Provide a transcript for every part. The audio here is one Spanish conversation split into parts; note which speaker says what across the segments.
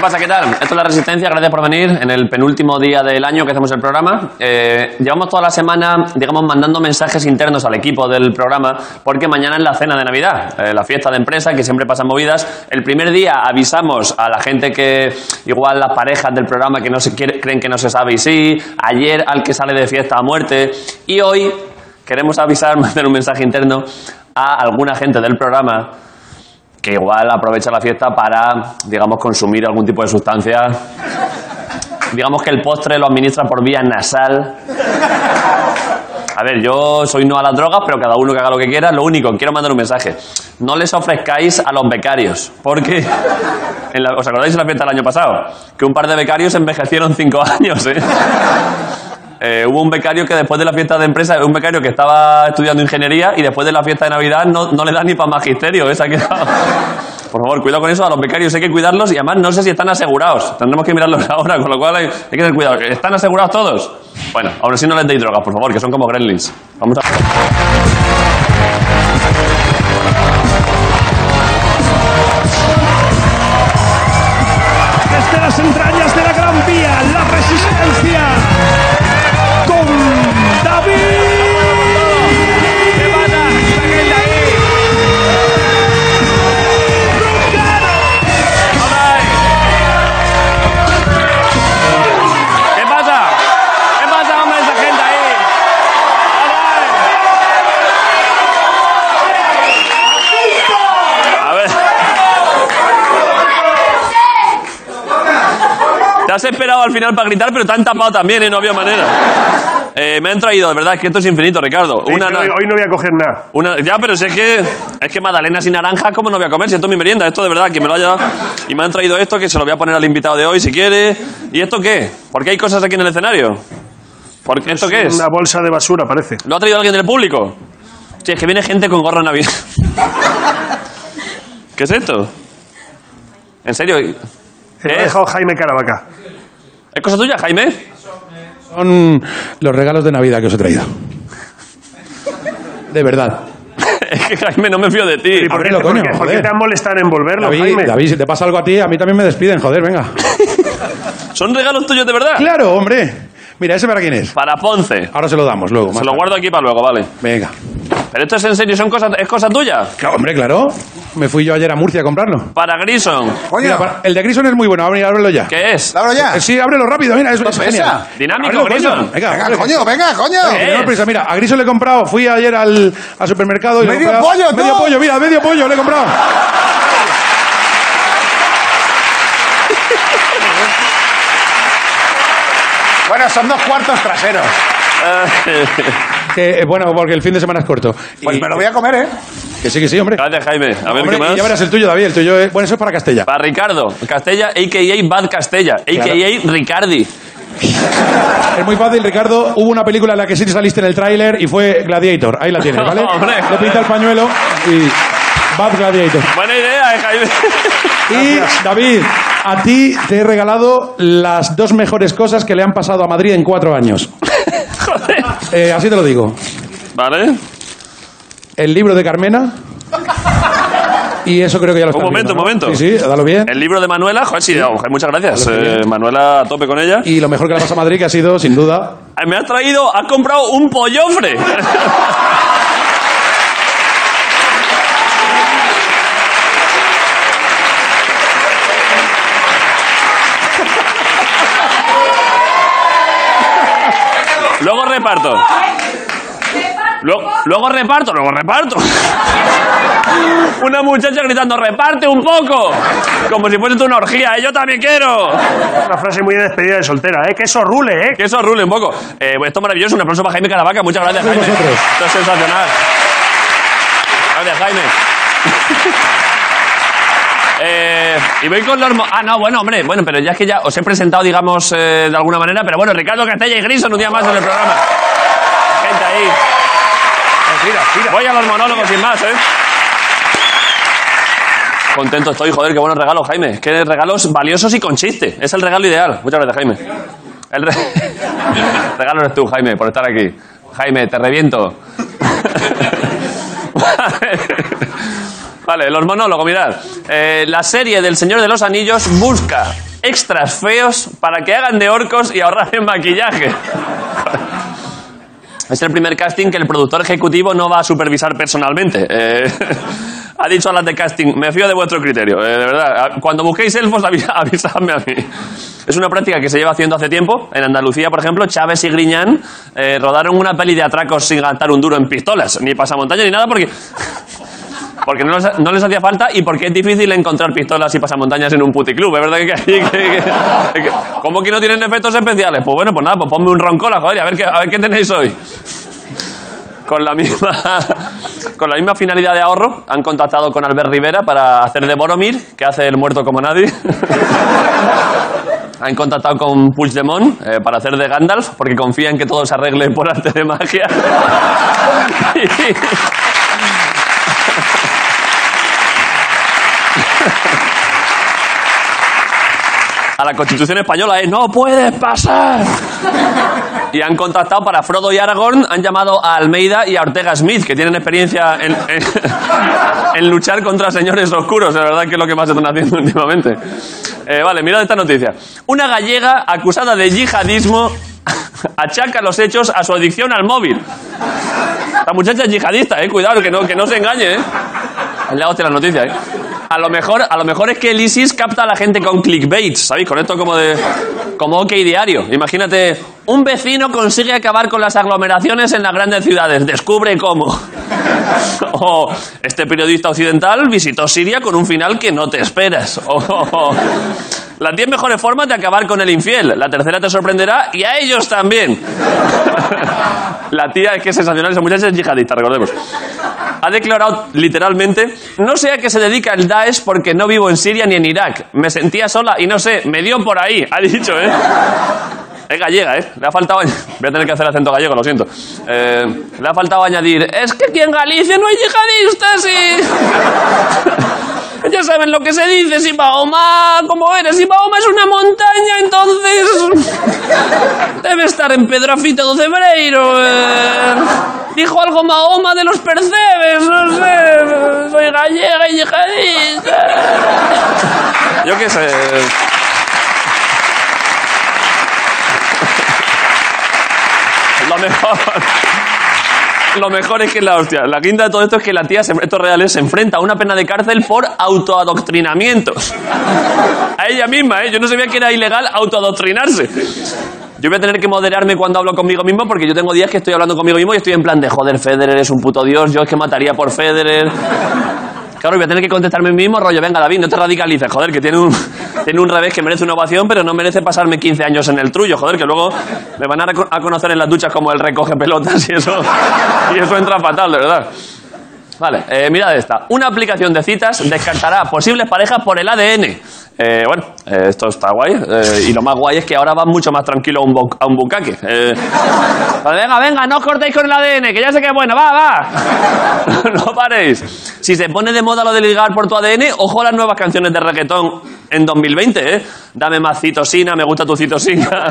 Speaker 1: pasa? ¿Qué tal? Esto es La Resistencia, gracias por venir en el penúltimo día del año que hacemos el programa. Eh, llevamos toda la semana, digamos, mandando mensajes internos al equipo del programa porque mañana es la cena de Navidad, eh, la fiesta de empresa que siempre pasan movidas. El primer día avisamos a la gente que, igual las parejas del programa que no se quiere- creen que no se sabe y sí, ayer al que sale de fiesta a muerte y hoy queremos avisar, mandar un mensaje interno a alguna gente del programa que igual aprovecha la fiesta para, digamos, consumir algún tipo de sustancia. digamos que el postre lo administra por vía nasal. A ver, yo soy no a las drogas, pero cada uno que haga lo que quiera. Lo único, quiero mandar un mensaje. No les ofrezcáis a los becarios, porque... en la- ¿Os acordáis de la fiesta del año pasado? Que un par de becarios envejecieron cinco años, ¿eh? Eh, hubo un becario que después de la fiesta de empresa, un becario que estaba estudiando ingeniería y después de la fiesta de Navidad no, no le da ni para magisterio. ¿eh? Se ha quedado. Por favor, cuidado con eso, a los becarios hay que cuidarlos y además no sé si están asegurados. Tendremos que mirarlos ahora, con lo cual hay, hay que tener cuidado. ¿Están asegurados todos? Bueno, ahora sí no les deis drogas, por favor, que son como gremlins. Vamos a...
Speaker 2: Desde las entrañas de la Gran Vía, la resistencia con David.
Speaker 1: ¿Qué pasa? ¿Qué pasa, hombre, esa gente ahí? A ver. Te has esperado al final para gritar, pero te han tapado también, ¿eh? No había manera. Eh, me han traído, de verdad, es que esto es infinito, Ricardo. Una,
Speaker 3: hoy, hoy no voy a coger nada.
Speaker 1: una- ya, pero si es que. Es que magdalena sin naranja, ¿cómo no voy a comer? Si esto es mi merienda, esto de verdad, que me lo haya dado. Y me han traído esto, que se lo voy a poner al invitado de hoy si quiere. ¿Y esto qué? ¿Por qué hay cosas aquí en el escenario? ¿Por qué, ¿Esto qué es?
Speaker 3: Una bolsa de basura, parece.
Speaker 4: ¿Eh?
Speaker 1: ¿Lo ha traído alguien del público? Sí, es que viene gente con gorro de Navidad. ¿Qué es esto? ¿En serio? ¿Es
Speaker 3: Se lo
Speaker 1: ¿Eh?
Speaker 3: ha dejado Jaime Caravaca.
Speaker 1: cosa tuya, Jaime?
Speaker 4: Son los regalos de Navidad que os he traído. De verdad.
Speaker 1: es que Jaime, no me fío de ti.
Speaker 3: ¿Por qué,
Speaker 4: Ábrelo,
Speaker 3: por
Speaker 4: coño,
Speaker 3: qué- por qué
Speaker 4: joder.
Speaker 3: te han molestado en envolverlo,
Speaker 4: David,
Speaker 3: Jaime?
Speaker 4: David, si te pasa algo a ti, a mí también me despiden, joder, venga.
Speaker 1: ¿Son regalos tuyos de verdad?
Speaker 4: Claro, hombre. Mira, ese para quién es.
Speaker 1: Para Ponce.
Speaker 4: Ahora se lo damos luego. más
Speaker 1: Se lo
Speaker 4: tarde.
Speaker 1: guardo aquí para luego, vale.
Speaker 4: Venga.
Speaker 1: Pero esto es en serio, son cosas, es cosa tuya.
Speaker 4: Claro, hombre, claro. Me fui yo ayer a Murcia a comprarlo.
Speaker 1: Para Grison.
Speaker 5: Coño,
Speaker 4: Mira, para- el de Grison es muy bueno, abre- ábrelo ya.
Speaker 1: ¿Qué es?
Speaker 5: Laura ya.
Speaker 4: Eh, Sí, ábrelo rápido, mira, eso es
Speaker 5: pesa?
Speaker 4: genial.
Speaker 1: Dinámico,
Speaker 4: Ábrelo, coño.
Speaker 1: Grison.
Speaker 4: Venga,
Speaker 5: Venga,
Speaker 4: ábrelo.
Speaker 5: coño, venga, coño.
Speaker 6: Eh,
Speaker 1: ¿Qué?
Speaker 4: Tenemos prisa. Mira, a Grison le he comprado, fui ayer al, al supermercado y le he
Speaker 5: Medio
Speaker 4: comprado-
Speaker 5: pollo, ¿no?
Speaker 4: Medio pollo, mira, medio pollo le he comprado.
Speaker 5: Bueno, son dos cuartos traseros.
Speaker 4: Que, eh, bueno, porque el fin de semana es corto.
Speaker 5: Pues
Speaker 4: Y-
Speaker 5: me lo voy a comer, ¿eh?
Speaker 4: Que sí, que sí, hombre.
Speaker 1: Gracias, Jaime. A ver
Speaker 4: Hombre,
Speaker 1: qué más.
Speaker 4: y Ya verás el tuyo, David. El tuyo es... Bueno, eso es para Castella.
Speaker 1: Para Ricardo. Castella, a.k.a. Bad Castella, a.k.a. Ricardi. Ah.
Speaker 4: Es muy fácil, Ricardo. Hubo una película en la que sí te saliste en el tráiler y fue Gladiator. Ahí la tienes, ¿vale?
Speaker 1: Hombre.
Speaker 4: Le pinta el pañuelo y... Bad Gladiator.
Speaker 1: Buena idea, eh, Jaime.
Speaker 4: Y, David, a ti te he regalado las dos mejores cosas que le han pasado a Madrid en cuatro años.
Speaker 1: Joder.
Speaker 4: Eh, así te lo digo.
Speaker 1: Vale.
Speaker 4: El libro de Carmena... Y eso creo que ya lo
Speaker 1: Un
Speaker 4: estás
Speaker 1: momento,
Speaker 4: viendo,
Speaker 1: un
Speaker 4: ¿no?
Speaker 1: momento. Eh.
Speaker 4: Sí, sí, dalo bien.
Speaker 1: El libro de Manuela. Joder, sí, mujer, muchas gracias.
Speaker 4: Vale,
Speaker 1: Eh,
Speaker 4: bien.
Speaker 1: Manuela, a tope con ella.
Speaker 4: Y lo mejor que le ha pasado a Madrid, que ha sido, sin duda,
Speaker 1: Ah, Me ha traído, ha comprado un pollofre. Luego reparto. Lu- Luego, reparto, luego reparto. Una muchacha gritando, reparte un poco. Como si fuese una orgía, ¿eh? yo también quiero.
Speaker 3: Una frase muy de despedida de soltera, ¿eh? Que eso rule, ¿eh?
Speaker 1: Que eso rule un poco. Eh, pues esto es maravilloso. Un aplauso para Jaime Caravaca. Muchas gracias, Jaime.
Speaker 4: Gracias a vosotros.
Speaker 1: Esto es sensacional. Gracias, Jaime. Eh, y voy con los... mo- Ah, no, bueno, hombre. Bueno, pero ya es que ya os he presentado, digamos, eh, de alguna manera. Pero bueno, Ricardo Castella y Grison un día más en el programa. Gente ahí. Voy a los monólogos sin más, ¿eh? Contento estoy, joder, qué buenos regalos, Jaime. Es que regalos valiosos y con chiste. Es el regalo ideal. Muchas gracias, Jaime. El re- regalo eres tú, Jaime, por estar aquí. Jaime, te reviento. vale, los monólogos, mirad. Eh, la serie del Señor de los Anillos busca extras feos para que hagan de orcos y ahorrar en maquillaje. Es el primer casting que el productor ejecutivo no va a supervisar personalmente. Eh, ha dicho a las de casting, me fío de vuestro criterio, eh, de verdad. Cuando busquéis elfos, avi- avisadme a mí. Es una práctica que se lleva haciendo hace tiempo. En Andalucía, por ejemplo, Chávez y Griñán eh, rodaron una peli de atracos sin gastar un duro en pistolas, ni pasamontaña ni nada, porque... Porque no les, no les hacía falta y porque es difícil encontrar pistolas y pasamontañas en un puticlub. Es verdad que, que, que- que- ¿Cómo que no tienen efectos especiales? Pues bueno, pues nada, pues ponme un roncola, joder, y a ver qué, a ver qué tenéis hoy. Con la, misma, con la misma finalidad de ahorro, han contactado con Albert Rivera para hacer de Boromir, que hace el muerto como nadie. Han contactado con Puigdemont eh, para hacer de Gandalf, porque confían que todo se arregle por arte de magia. a la Constitución española es no puedes pasar. Y han contactado para Frodo y Aragorn, han llamado a Almeida y a Ortega Smith, que tienen experiencia en, en- en luchar contra señores oscuros. La verdad que es lo que más están haciendo últimamente. Eh, vale, mirad esta noticia. Una gallega acusada de yihadismo achaca los hechos a su adicción al móvil. La muchacha es yihadista, eh. Cuidado, que no, que no se engañe, eh. Es la hostia la noticia, eh. A lo, mejor, a lo mejor es que el ISIS capta a la gente con clickbait, ¿sabéis? Con esto como de. como OK diario. Imagínate, un vecino consigue acabar con las aglomeraciones en las grandes ciudades. Descubre cómo. O este periodista occidental visitó Siria con un final que no te esperas. O, las 10 mejores formas de acabar con el infiel. La tercera te sorprenderá y a ellos también. La tía es que es sensacional, esa muchacha es yihadista, recordemos. Ha declarado literalmente, no sé a qué se dedica el Daesh porque no vivo en Siria ni en Irak. Me sentía sola y no sé, me dio por ahí, ha dicho, ¿eh? Es gallega, ¿eh? Le ha faltado... añ- Voy a tener que hacer acento gallego, lo siento. Eh, le ha faltado añadir, es que aquí en Galicia no hay yihadistas y... ya saben lo que se dice, si Mahoma, como eres, si Mahoma es una montaña, entonces... Debe estar en Pedrafita do Cebreiro. eh. Dijo algo Mahoma de los percebes, no sé. Soy gallega y yihadista. Yo qué sé. Lo mejor. Lo mejor es que la hostia. La quinta de todo esto es que la tía, se- estos reales, se enfrenta a una pena de cárcel por autoadoctrinamiento. A ella misma, ¿eh? Yo no sabía que era ilegal autoadoctrinarse. Yo voy a tener que moderarme cuando hablo conmigo mismo porque yo tengo días que estoy hablando conmigo mismo y estoy en plan de joder, Federer es un puto dios, yo es que mataría por Federer. Claro, voy a tener que contestarme a mí mismo, rollo, venga David, no te radicalices, joder, que tiene un, tiene un revés que merece una ovación, pero no merece pasarme 15 años en el trullo, joder, que luego me van a, reco- a conocer en las duchas como el recoge pelotas y eso, y eso entra fatal, de verdad. Vale, eh, mirad esta. Una aplicación de citas descartará posibles parejas por el ADN. Eh, bueno, eh, esto está guay. eh, y lo más guay es que ahora va mucho más tranquilo a un, bo- a un bucaque. Eh, vale, venga, venga, no os cortéis con el ADN, que ya sé que es bueno. Va, va. no paréis. Si se pone de moda lo de ligar por tu ADN, ojo a las nuevas canciones de reggaetón en 2020, ¿eh? Dame más citosina, me gusta tu citosina.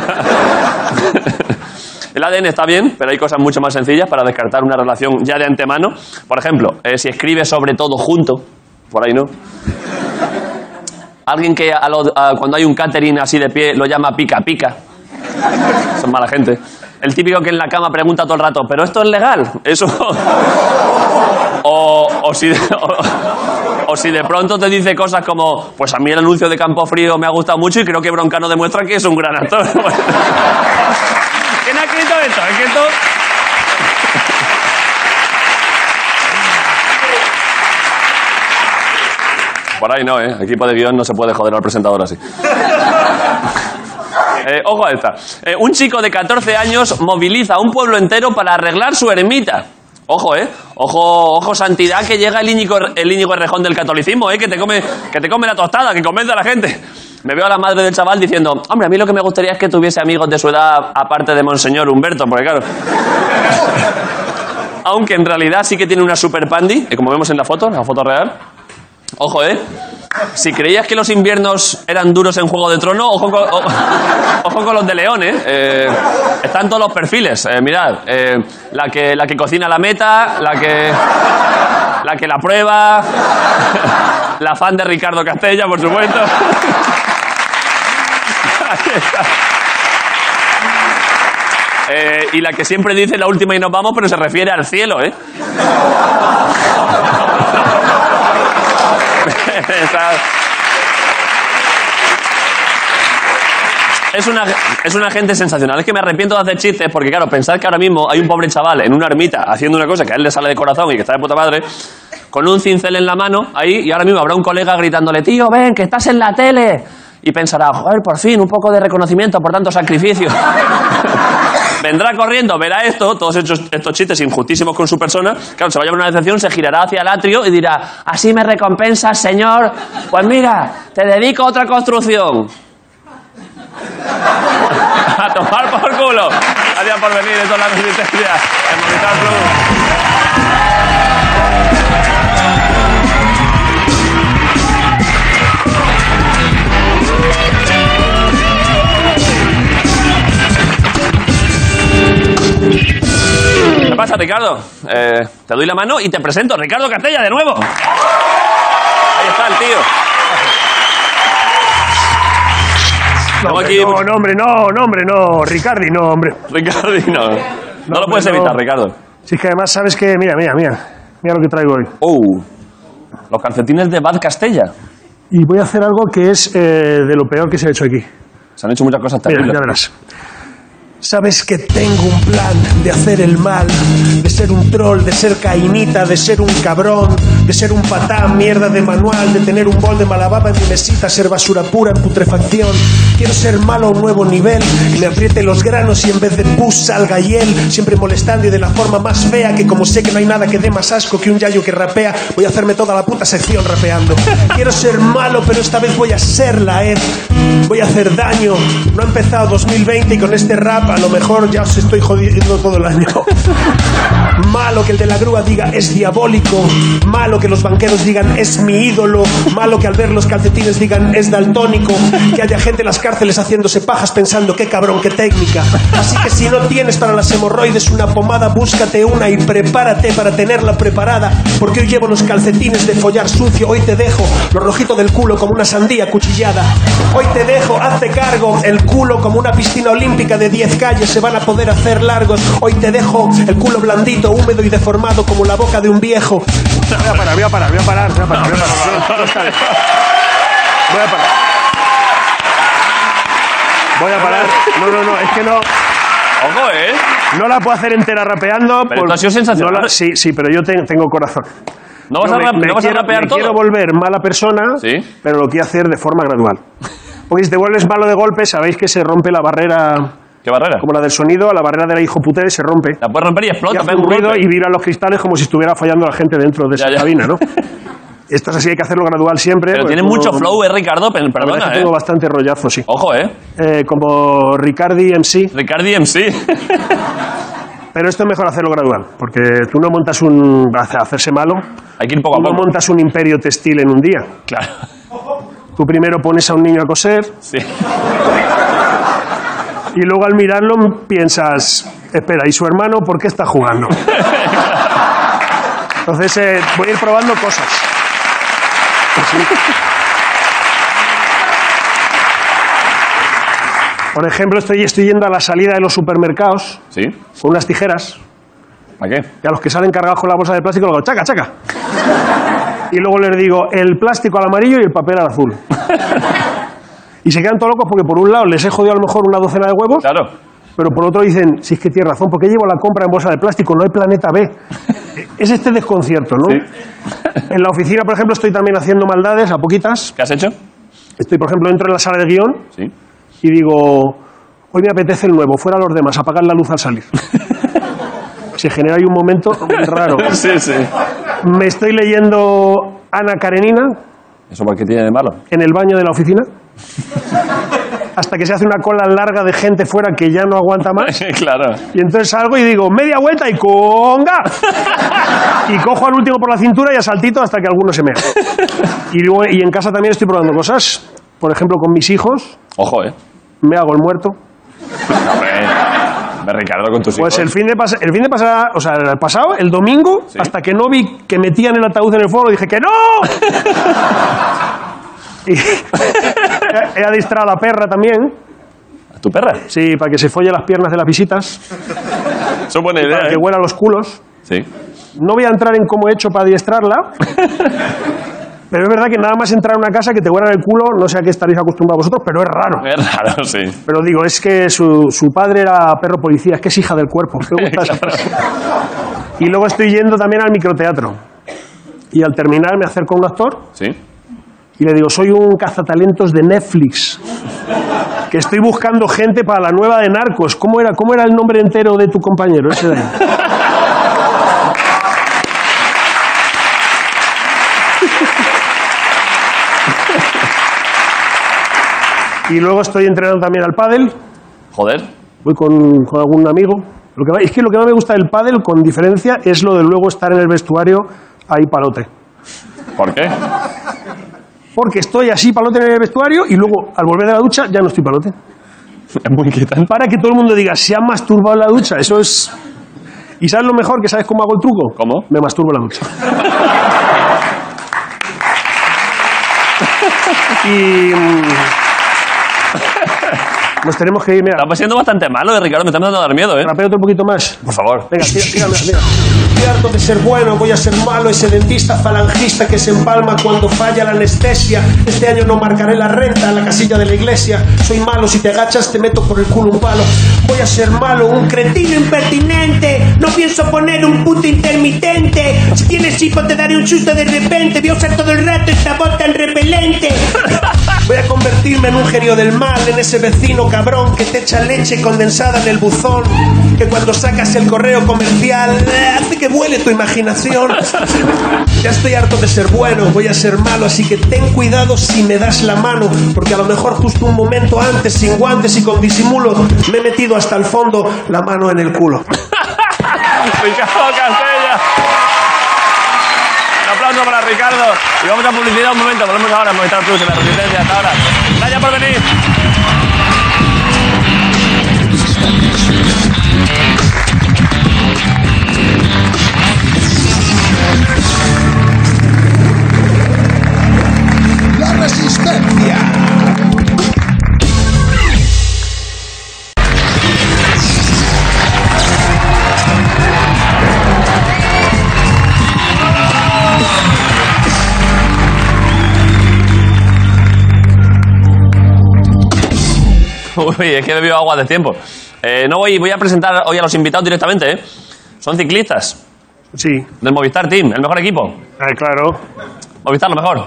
Speaker 1: El ADN está bien, pero hay cosas mucho más sencillas para descartar una relación ya de antemano. Por ejemplo, eh, si escribe sobre todo junto, por ahí no. Alguien que a lo- a- cuando hay un catering así de pie lo llama pica pica. Son mala gente. El típico que en la cama pregunta todo el rato, ¿pero esto es legal? Eso. O, o si, o- o si de pronto te dice cosas como, pues a mí el anuncio de Campo Frío me ha gustado mucho y creo que Broncano demuestra que es un gran actor. ¿Quién ha escrito esto? Es que esto... Por ahí no, ¿eh? Equipo de guión no se puede joder al presentador así. Eh, ojo a esta. Eh, un chico de 14 años moviliza a un pueblo entero para arreglar su ermita. Ojo, ¿eh? Ojo, ojo, santidad, que llega el Íñigo, el Íñigo Errejón del catolicismo, ¿eh? Que te, come, que te come la tostada, que convence a la gente. Me veo a la madre del chaval diciendo, hombre, a mí lo que me gustaría es que tuviese amigos de su edad, aparte de Monseñor Humberto, porque claro... Aunque en realidad sí que tiene una super pandi, eh, como vemos en la foto, en la foto real. Ojo, ¿eh? Si creías que los inviernos eran duros en Juego de Trono, ojo con, o- ojo con los de León, ¿eh? Eh, Están todos los perfiles, eh, mirad. eh, la, que, la que cocina la meta, la que, la que la prueba, la fan de Ricardo Castella, por supuesto. Ahí está. Eh, y la que siempre dice la última y nos vamos, pero se refiere al cielo, ¿eh? Está- Es una, es una gente sensacional. Es que me arrepiento de hacer chistes porque, claro, pensar que ahora mismo hay un pobre chaval en una ermita haciendo una cosa que a él le sale de corazón y que está de puta madre, con un cincel en la mano, ahí, y ahora mismo habrá un colega gritándole, tío, ven, que estás en la tele. Y pensará, joder, por fin, un poco de reconocimiento por tanto sacrificio. Vendrá corriendo, verá esto, todos estos, estos chistes injustísimos con su persona. Claro, se va a llevar una decepción, se girará hacia el atrio y dirá, así me recompensas, señor. Pues mira, te dedico a otra construcción. A tomar por culo. Gracias por venir, esto es la resistencia. El Movistar Club. ¿Qué pasa, Ricardo? Eh, te doy la mano y te presento a Ricardo Castella de nuevo. Ahí está el tío. Tengo aquí
Speaker 3: No,
Speaker 4: pues-
Speaker 3: no, hombre, no, no, hombre, no. Ricardi, no, hombre.
Speaker 1: Ricardo y no. No lo
Speaker 3: hombre,
Speaker 1: puedes
Speaker 3: no.
Speaker 1: evitar, Ricardo.
Speaker 3: Si es que además sabes que. Mira, mira, mira. Mira lo que traigo hoy.
Speaker 1: Oh, los calcetines de Bad Castella.
Speaker 3: Y voy a hacer algo que es eh, de lo peor que se ha hecho aquí.
Speaker 1: Se han hecho muchas cosas
Speaker 3: Mira,
Speaker 1: terribles.
Speaker 3: ya verás.
Speaker 7: Sabes que tengo un plan de hacer el mal, de ser un troll, de ser cainita, de ser un cabrón, de ser un patán, mierda de manual, de tener un bol de malababa en mi mesita, ser basura pura en putrefacción. Quiero ser malo a un nuevo nivel, que me apriete los granos y en vez de pus salga hiel, siempre molestando y de la forma más fea, que como sé que no hay nada que dé más asco que un yayo que rapea, voy a hacerme toda la puta sección rapeando. Quiero ser malo, pero esta vez voy a ser la Ed. Voy a hacer daño. No ha empezado 2020 y con este rap a lo mejor ya os estoy jodiendo todo el año. Malo que el de la grúa diga es diabólico. Malo que los banqueros digan es mi ídolo. Malo que al ver los calcetines digan es daltónico. Que haya gente en las cárceles haciéndose pajas pensando qué cabrón, qué técnica. Así que si no tienes para las hemorroides una pomada, búscate una y prepárate para tenerla preparada. Porque hoy llevo los calcetines de follar sucio. Hoy te dejo lo rojito del culo como una sandía cuchillada. Hoy te dejo, hazte cargo. El culo como una piscina olímpica de 10 calles se van a poder hacer largos. Hoy te dejo el culo blandito, húmedo y deformado como la boca de un viejo.
Speaker 3: Voy a parar, voy a parar, voy a parar, voy a parar. Voy a parar. No, no está bien. Voy a parar. Voy a parar. No, no, no, es que no,
Speaker 1: Ojo, ¿eh?
Speaker 3: no la puedo hacer entera rapeando.
Speaker 1: Pero esto ha sido sensacional.
Speaker 3: no la- sí, sí, pero yo te- tengo corazón.
Speaker 1: ¿No vas, a,
Speaker 3: me-
Speaker 1: rap-
Speaker 3: me
Speaker 1: no vas a
Speaker 3: quiero,
Speaker 1: rapear
Speaker 3: me
Speaker 1: todo?
Speaker 3: quiero volver mala persona,
Speaker 1: Sí.
Speaker 3: pero lo quiero hacer de forma gradual. Porque si te vuelves malo de golpe, sabéis que se rompe la barrera,
Speaker 1: ¿Qué barrera?
Speaker 3: como la del sonido, a la barrera de la hijoputé se rompe.
Speaker 1: La puedes romper y
Speaker 3: Y
Speaker 1: explota.
Speaker 3: hace
Speaker 1: pega
Speaker 3: un
Speaker 1: un
Speaker 3: ruido
Speaker 1: golpe.
Speaker 3: y vibran los cristales como si estuviera fallando la gente dentro de
Speaker 1: Ya,
Speaker 3: esa
Speaker 1: ya.
Speaker 3: cabina, ¿no? Esto es así, hay que hacerlo gradual siempre.
Speaker 1: Pero
Speaker 3: porque
Speaker 1: tiene
Speaker 3: tú
Speaker 1: mucho
Speaker 3: no-
Speaker 1: flow, eh, Ricardo. Pero-
Speaker 3: La verdad es
Speaker 1: Perdona,
Speaker 3: que
Speaker 1: eh.
Speaker 3: tengo bastante rollazo, sí.
Speaker 1: Ojo, eh.
Speaker 3: Eh, como Ricardi MC,
Speaker 1: Ricardi MC.
Speaker 3: pero esto es mejor hacerlo gradual, porque tú no montas un... hace- hacerse malo,
Speaker 1: Hay que ir poco
Speaker 3: tú
Speaker 1: a
Speaker 3: no
Speaker 1: poco.
Speaker 3: montas un imperio textil en un día.
Speaker 1: Claro.
Speaker 3: Tú primero pones a un niño a coser
Speaker 1: Sí.
Speaker 3: y luego al mirarlo piensas, espera, ¿y su hermano por qué está jugando? Entonces eh, voy a ir probando cosas. Así. Por ejemplo, estoy, estoy yendo a la salida de los supermercados
Speaker 1: ¿Sí?
Speaker 3: con unas tijeras
Speaker 1: ¿A qué?
Speaker 3: y a los que salen cargados con la bolsa de plástico les digo, chaca, chaca. Y luego les digo, el plástico al amarillo y el papel al azul. Y se quedan todos locos porque por un lado les he jodido a lo mejor una docena de huevos,
Speaker 1: Claro.
Speaker 3: pero por otro dicen, si es que tienes razón, porque llevo la compra en bolsa de plástico, no hay planeta B. Es este desconcierto, ¿no? En la oficina, por ejemplo, estoy también haciendo maldades a poquitas.
Speaker 1: ¿Qué has hecho?
Speaker 3: Estoy, por ejemplo, dentro de la sala de guión
Speaker 1: Sí.
Speaker 3: y digo, hoy me apetece el nuevo, fuera los demás, apagar la luz al salir. Se genera ahí un momento raro.
Speaker 1: Sí, sí.
Speaker 3: Me estoy leyendo Ana Karenina
Speaker 1: ¿Eso por qué tiene de malo?
Speaker 3: en el baño de la oficina. Hasta que se hace una cola larga de gente fuera que ya no aguanta más.
Speaker 1: claro.
Speaker 3: Y entonces salgo y digo, media vuelta y conga. Y cojo al último por la cintura y a saltito hasta que alguno se mea. Y, luego- y en casa también estoy probando cosas. Por ejemplo, con mis hijos,
Speaker 1: Ojo, eh.
Speaker 3: me hago el muerto.
Speaker 1: Hombre, Ve, Ricardo con tus hijos.
Speaker 3: Pues el fin de, pas- el fin de pasada, o sea, el pasado, el domingo, hasta que no vi que metían el ataúd en el fuego, dije que no. y he, he adistrado a la perra también.
Speaker 1: ¿Tu perra?
Speaker 3: Sí, para que se folle las piernas de las visitas,
Speaker 1: Eso es buena idea.
Speaker 3: para
Speaker 1: ¿eh?
Speaker 3: que huela los culos.
Speaker 1: Sí.
Speaker 3: No voy a entrar en cómo he hecho para adiestrarla. Pero es verdad que nada más entrar a una casa que te huelan el culo, no sé a qué estaréis acostumbrados vosotros, pero es raro.
Speaker 1: Es raro, sí.
Speaker 3: Pero digo, es que su, su padre era perro policía, es que es hija del cuerpo. me gusta esa frase. Y luego estoy yendo también al microteatro. Y al terminar me acerco a un actor
Speaker 1: Sí.
Speaker 3: y le digo, soy un cazatalentos de Netflix, que estoy buscando gente para la nueva de Narcos. ¿Cómo era, cómo era el nombre entero de tu compañero ese de ahí? Y luego estoy entrenando también al pádel,
Speaker 1: Joder.
Speaker 3: voy con, con algún amigo. Lo que, va- es que lo que más me gusta del pádel, con diferencia, es lo de luego estar en el vestuario ahí palote.
Speaker 1: ¿Por qué?
Speaker 3: Porque estoy así palote en el vestuario y luego al volver de la ducha ya no estoy palote.
Speaker 1: Es muy inquietante.
Speaker 3: Para que todo el mundo diga, se ha masturbado en la ducha, eso es... ¿Y sabes lo mejor? ¿Que sabes cómo hago el truco?
Speaker 1: ¿Cómo?
Speaker 3: Me masturbo en la ducha. y... mm, Nos tenemos que ir, mira,
Speaker 1: Está siendo bastante malo, eh, Ricardo. Me está dando a dar miedo, ¿eh?
Speaker 3: rapea otro poquito más.
Speaker 1: Por favor.
Speaker 3: Venga, tira, tira, mira, mira.
Speaker 7: Estoy harto de ser bueno, voy a ser malo. Ese dentista falangista que se empalma cuando falla la anestesia. Este año no marcaré la renta en la casilla de la iglesia. Soy malo, si te agachas te meto por el culo un palo. Voy a ser malo, un cretino impertinente. No pienso poner un puto intermitente. Si tienes hipo te daré un chusto de repente. Voy a usar todo el rato esta voz tan repelente. Voy a convertirme en un genio del mal, en ese vecino cabrón que te echa leche condensada en el buzón, que cuando sacas el correo comercial eh, hace que vuele tu imaginación. Ya estoy harto de ser bueno, voy a ser malo, así que ten cuidado si me das la mano, porque a lo mejor justo un momento antes, sin guantes y con disimulo, me he metido hasta el fondo la mano en el culo.
Speaker 1: Ricardo Castella. Un aplauso para Ricardo. Y vamos a publicidad un momento. Volvemos ahora a Movistar Plus en la Resistencia. Hasta ahora. Gracias por venir.
Speaker 5: La resistencia.
Speaker 1: Uy, es que he bebido agua de tiempo. Eh, no voy, voy a presentar hoy a los invitados directamente. ¿eh? Son ciclistas
Speaker 3: Sí,
Speaker 1: del Movistar Team, el mejor equipo.
Speaker 3: ah, claro.
Speaker 1: Movistar, lo mejor.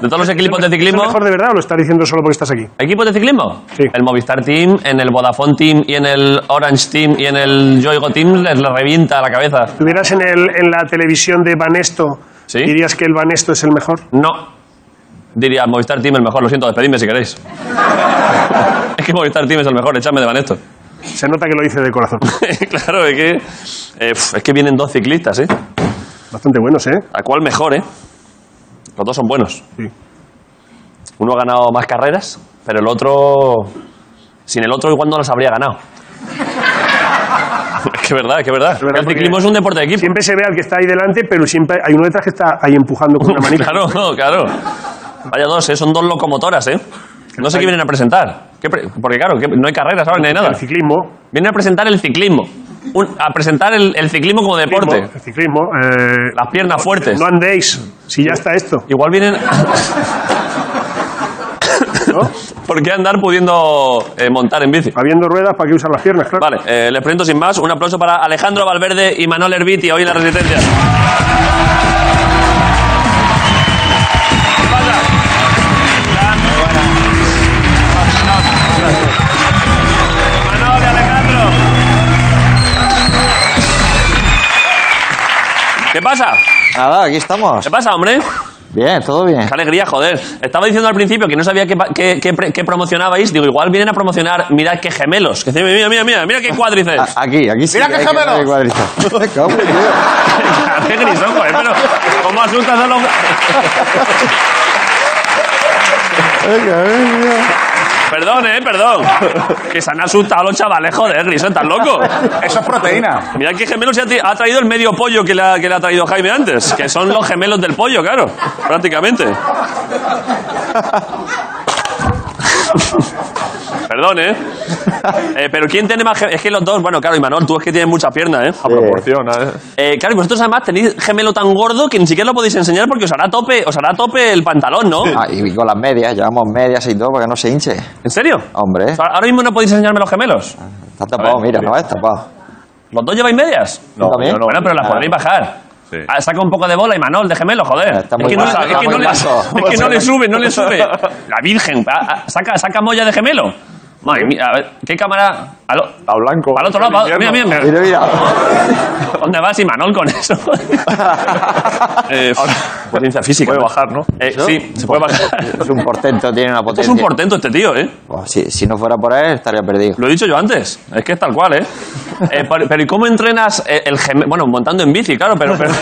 Speaker 1: De todos los equipos de
Speaker 3: ¿Es
Speaker 1: ciclismo.
Speaker 3: lo mejor de verdad o lo estás diciendo solo porque estás aquí?
Speaker 1: ¿Equipos de ciclismo?
Speaker 3: Sí.
Speaker 1: El Movistar Team, en el Vodafone Team y en el Orange Team y en el Yoigo Team les le revienta la cabeza.
Speaker 3: estuvieras en, el, en la televisión de Banesto,
Speaker 1: Sí.
Speaker 3: dirías que el Banesto es el mejor.
Speaker 1: No. Diría Movistar Team el mejor. Lo siento, despedidme si queréis. es que Movistar Team es el mejor. Echadme de Banesto.
Speaker 3: Se nota que lo hice de corazón.
Speaker 1: claro, es que, eh, pf, es que vienen dos ciclistas, ¿eh?
Speaker 3: Bastante buenos, ¿eh?
Speaker 1: ¿A cuál mejor, eh? Los dos son buenos.
Speaker 3: Sí.
Speaker 1: Uno ha ganado más carreras, pero el otro... Sin el otro igual no las habría ganado. es que es verdad, es que es verdad.
Speaker 3: Es verdad,
Speaker 1: el
Speaker 3: porque
Speaker 1: ciclismo es un deporte de equipo.
Speaker 3: Siempre se ve al que está ahí delante, pero siempre hay uno detrás que está ahí empujando con una manita.
Speaker 1: Claro, no, claro. Vaya dos, ¿eh? son dos locomotoras, ¿eh? No sé qué vienen a presentar. ¿Qué pre- Porque claro, que no hay carreras, ¿sabes? Ni hay nada.
Speaker 3: El ciclismo.
Speaker 1: Vienen a presentar el ciclismo. Un- a presentar el, el ciclismo como deporte.
Speaker 3: ciclismo, El ciclismo. eh,
Speaker 1: Las piernas fuertes.
Speaker 3: no andéis, si ya está esto.
Speaker 1: Igual vienen... ¿Por qué andar pudiendo eh, montar en bici?
Speaker 3: Habiendo ruedas, ¿para qué usar las piernas? Claro.
Speaker 1: Vale, eh, les presento sin más. Un aplauso para Alejandro Valverde y Manuel Herbiti, hoy en La Resistencia. Manol y Alejandro. ¿Qué pasa?
Speaker 8: Nada, aquí estamos.
Speaker 1: ¿Qué pasa, hombre?
Speaker 8: Bien, todo bien.
Speaker 1: Qué alegría, joder. Estaba diciendo al principio que no sabía qué, pa- qué- qué pre- qué promocionabais. Digo, igual vienen a promocionar, mirad qué gemelos. Que, dice, mira, mira, mira, mira qué cuádriceps.
Speaker 8: A- aquí, aquí sí.
Speaker 5: Mira
Speaker 8: que
Speaker 5: qué
Speaker 8: hay que
Speaker 5: gemelos.
Speaker 8: hacer cuadritos. Me cago en Dios.
Speaker 1: Qué grisón, joder, pero ¿cómo asustas a los...? Perdón, eh, perdón. Que se han asustado los chavales, joder, grisón, tan loco.
Speaker 5: Eso es proteína.
Speaker 1: Mira qué gemelos se ha, ti- ha traído el medio pollo que le, ha, que le ha traído Jaime antes, que son los gemelos del pollo, claro, prácticamente. perdón, ¿eh? Eh, Pero ¿quién tiene más gemelos? Es que los dos, bueno, claro, y Manol, tú es que tienes muchas piernas, ¿eh?
Speaker 9: A proporción, ¿eh?
Speaker 1: Eh, claro, y vosotros además tenéis gemelo tan gordo que ni siquiera lo podéis enseñar porque os hará tope, os hará tope el pantalón, ¿no?
Speaker 8: Ah, y con las medias, llevamos medias y todo para que no se hinche.
Speaker 1: ¿En serio?
Speaker 8: Ah, Hombre.
Speaker 1: O sea, ahora mismo no podéis enseñarme los gemelos.
Speaker 8: Está tapado, mira, no es tapado.
Speaker 1: ¿Los dos lleváis medias?
Speaker 8: No, también?
Speaker 9: yo no.
Speaker 1: Bueno, pero las
Speaker 8: Ah.
Speaker 1: podréis bajar.
Speaker 9: Sí.
Speaker 1: Ah, saca un poco de bola y Manol, de gemelo, joder.
Speaker 8: Está
Speaker 1: es
Speaker 8: muy
Speaker 1: que, no,
Speaker 8: blanco,
Speaker 1: es
Speaker 8: está
Speaker 1: que
Speaker 8: muy
Speaker 1: no le,
Speaker 8: blanco.
Speaker 1: es que no le sube, no le sube. La Virgen, ah, ah, saca, saca molla de gemelo. Madre mía, a ver, ¿qué cámara? Al, o-
Speaker 9: A blanco.
Speaker 1: al otro lado, pa- mira, mira, mira.
Speaker 8: Mira, mira.
Speaker 1: ¿Dónde vas, Imanol, con eso? eh, pues ciencia física.
Speaker 9: Puede
Speaker 1: ¿no?
Speaker 9: bajar, ¿no?
Speaker 1: Eh, sí, se puede bajar.
Speaker 8: Es un portento, tiene una
Speaker 1: Esto
Speaker 8: potencia.
Speaker 1: es un portento este tío, ¿eh?
Speaker 8: Buah, si, si no fuera por él, estaría perdido.
Speaker 1: Lo he dicho yo antes. Es que es tal cual, ¿eh? Eh, pero, pero ¿y cómo entrenas eh, el gemelo? Bueno, montando en bici, claro, pero... pero...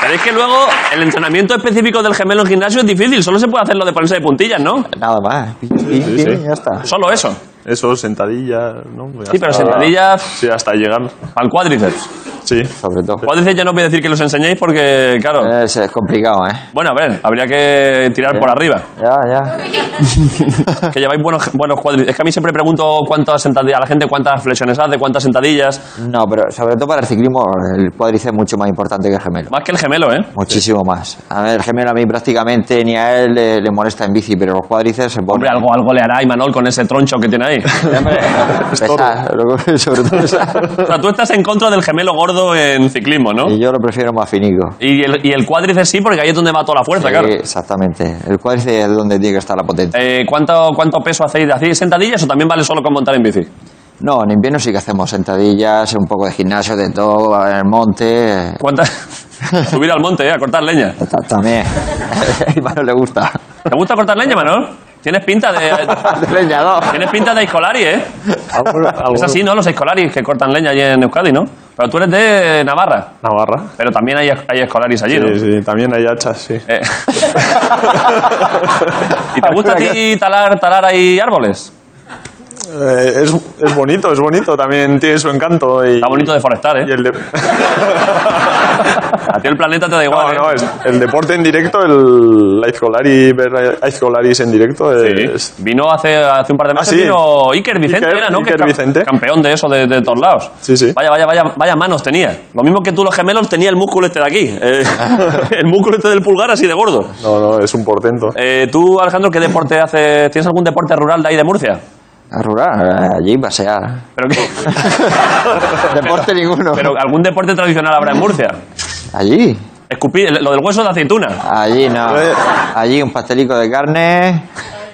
Speaker 1: Pero es que luego el entrenamiento específico del gemelo en gimnasio es difícil, solo se puede hacer lo de ponerse de puntillas, ¿no?
Speaker 8: Nada más. ¿eh? Pin, pin,
Speaker 9: sí,
Speaker 8: pin,
Speaker 9: sí.
Speaker 8: Ya está.
Speaker 1: Solo eso.
Speaker 9: Eso, sentadilla, ¿no?
Speaker 1: Sí, pero sentadillas
Speaker 9: Sí, hasta llegar.
Speaker 1: al cuádriceps.
Speaker 9: Sí.
Speaker 8: Sobre todo.
Speaker 1: Cuádriceps ya no voy a decir que los enseñéis porque, claro.
Speaker 8: Es, es complicado, ¿eh?
Speaker 1: Bueno, a ver, habría que
Speaker 9: Eh.
Speaker 1: tirar por arriba.
Speaker 8: Ya, ya.
Speaker 1: Que lleváis buenos, buenos cuádriceps. Es que a mí siempre pregunto cuántas sentadillas, a la gente cuántas flexiones hace, cuántas sentadillas.
Speaker 8: No, pero sobre todo para el ciclismo, el cuádriceps es mucho más importante que el gemelo.
Speaker 1: Más que el gemelo, ¿eh?
Speaker 8: Muchísimo más. A ver, el gemelo a mí prácticamente ni a él le, le molesta en bici, pero los cuádriceps se ponen.
Speaker 1: Hombre, algo, algo le hará Imanol con ese troncho que tiene ahí.
Speaker 8: Hombre, pesar, lo que- sobre todo pesar.
Speaker 1: O sea, tú estás en contra del gemelo gordo en ciclismo, ¿no?
Speaker 8: Y yo lo prefiero más finico.
Speaker 1: Y el, y el cuádriceps sí, porque ahí es donde va toda la fuerza, claro.
Speaker 8: Sí, exactamente. El cuádriceps es donde tiene que estar la potencia.
Speaker 1: Eh, ¿cuánto, ¿Cuánto peso hacéis? ¿Hacéis sentadillas o también vale solo con montar en bici?
Speaker 8: No, en invierno sí que hacemos sentadillas, un poco de gimnasio, de todo, en el monte. eh,
Speaker 1: ¿Cuántas? Subir al monte, ¿eh? A cortar leña.
Speaker 8: ta- También. A Imanol le gusta.
Speaker 1: ¿Te gusta cortar leña, Manol? Tienes pinta de...
Speaker 8: De leñador.
Speaker 1: Tienes pinta de escolari, ¿eh? Es así, ¿no? Los escolaris que cortan leña allí en Euskadi, ¿no? Pero tú eres de Navarra.
Speaker 9: Navarra.
Speaker 1: Pero también hay, hay escolaris allí, ¿no?
Speaker 9: Sí, sí, también hay hachas, sí.
Speaker 1: Eh. ¿Y te gusta a ti talar, talar ahí árboles?
Speaker 9: Eh, es, es bonito, es bonito, también tiene su encanto. Y,
Speaker 1: Está bonito deforestar, ¿eh?
Speaker 9: y el de-
Speaker 1: A ti el planeta te da
Speaker 9: No,
Speaker 1: igual.
Speaker 9: no,
Speaker 1: ¿eh?
Speaker 9: es- el deporte en directo, el Aizcolari, ver a Aizcolaris en directo es...
Speaker 1: Sí. Eh, Vino hace, hace un par de
Speaker 9: Ah,
Speaker 1: meses,
Speaker 9: sí.
Speaker 1: vino Iker Vicente,
Speaker 9: Iker-
Speaker 1: era, ¿no?
Speaker 9: Iker
Speaker 1: cam-
Speaker 9: Vicente.
Speaker 1: Campeón de eso, de, de todos lados.
Speaker 9: Sí, sí.
Speaker 1: Vaya, vaya, vaya, vaya manos tenía. Lo mismo que tú los gemelos tenía el músculo este de aquí. eh, el músculo este del pulgar así de gordo.
Speaker 9: No, no, es un portento.
Speaker 1: Eh, tú, Alejandro, ¿qué deporte haces? ¿Tienes algún deporte rural de ahí de Murcia?
Speaker 8: A rural, eh, allí pasear.
Speaker 1: ¿Pero, qué?
Speaker 8: Deporte ninguno.
Speaker 1: ¿Pero algún deporte tradicional habrá en Murcia?
Speaker 8: Allí.
Speaker 1: Escupir, lo del hueso de aceituna.
Speaker 8: Allí no. Allí un pastelico de carne,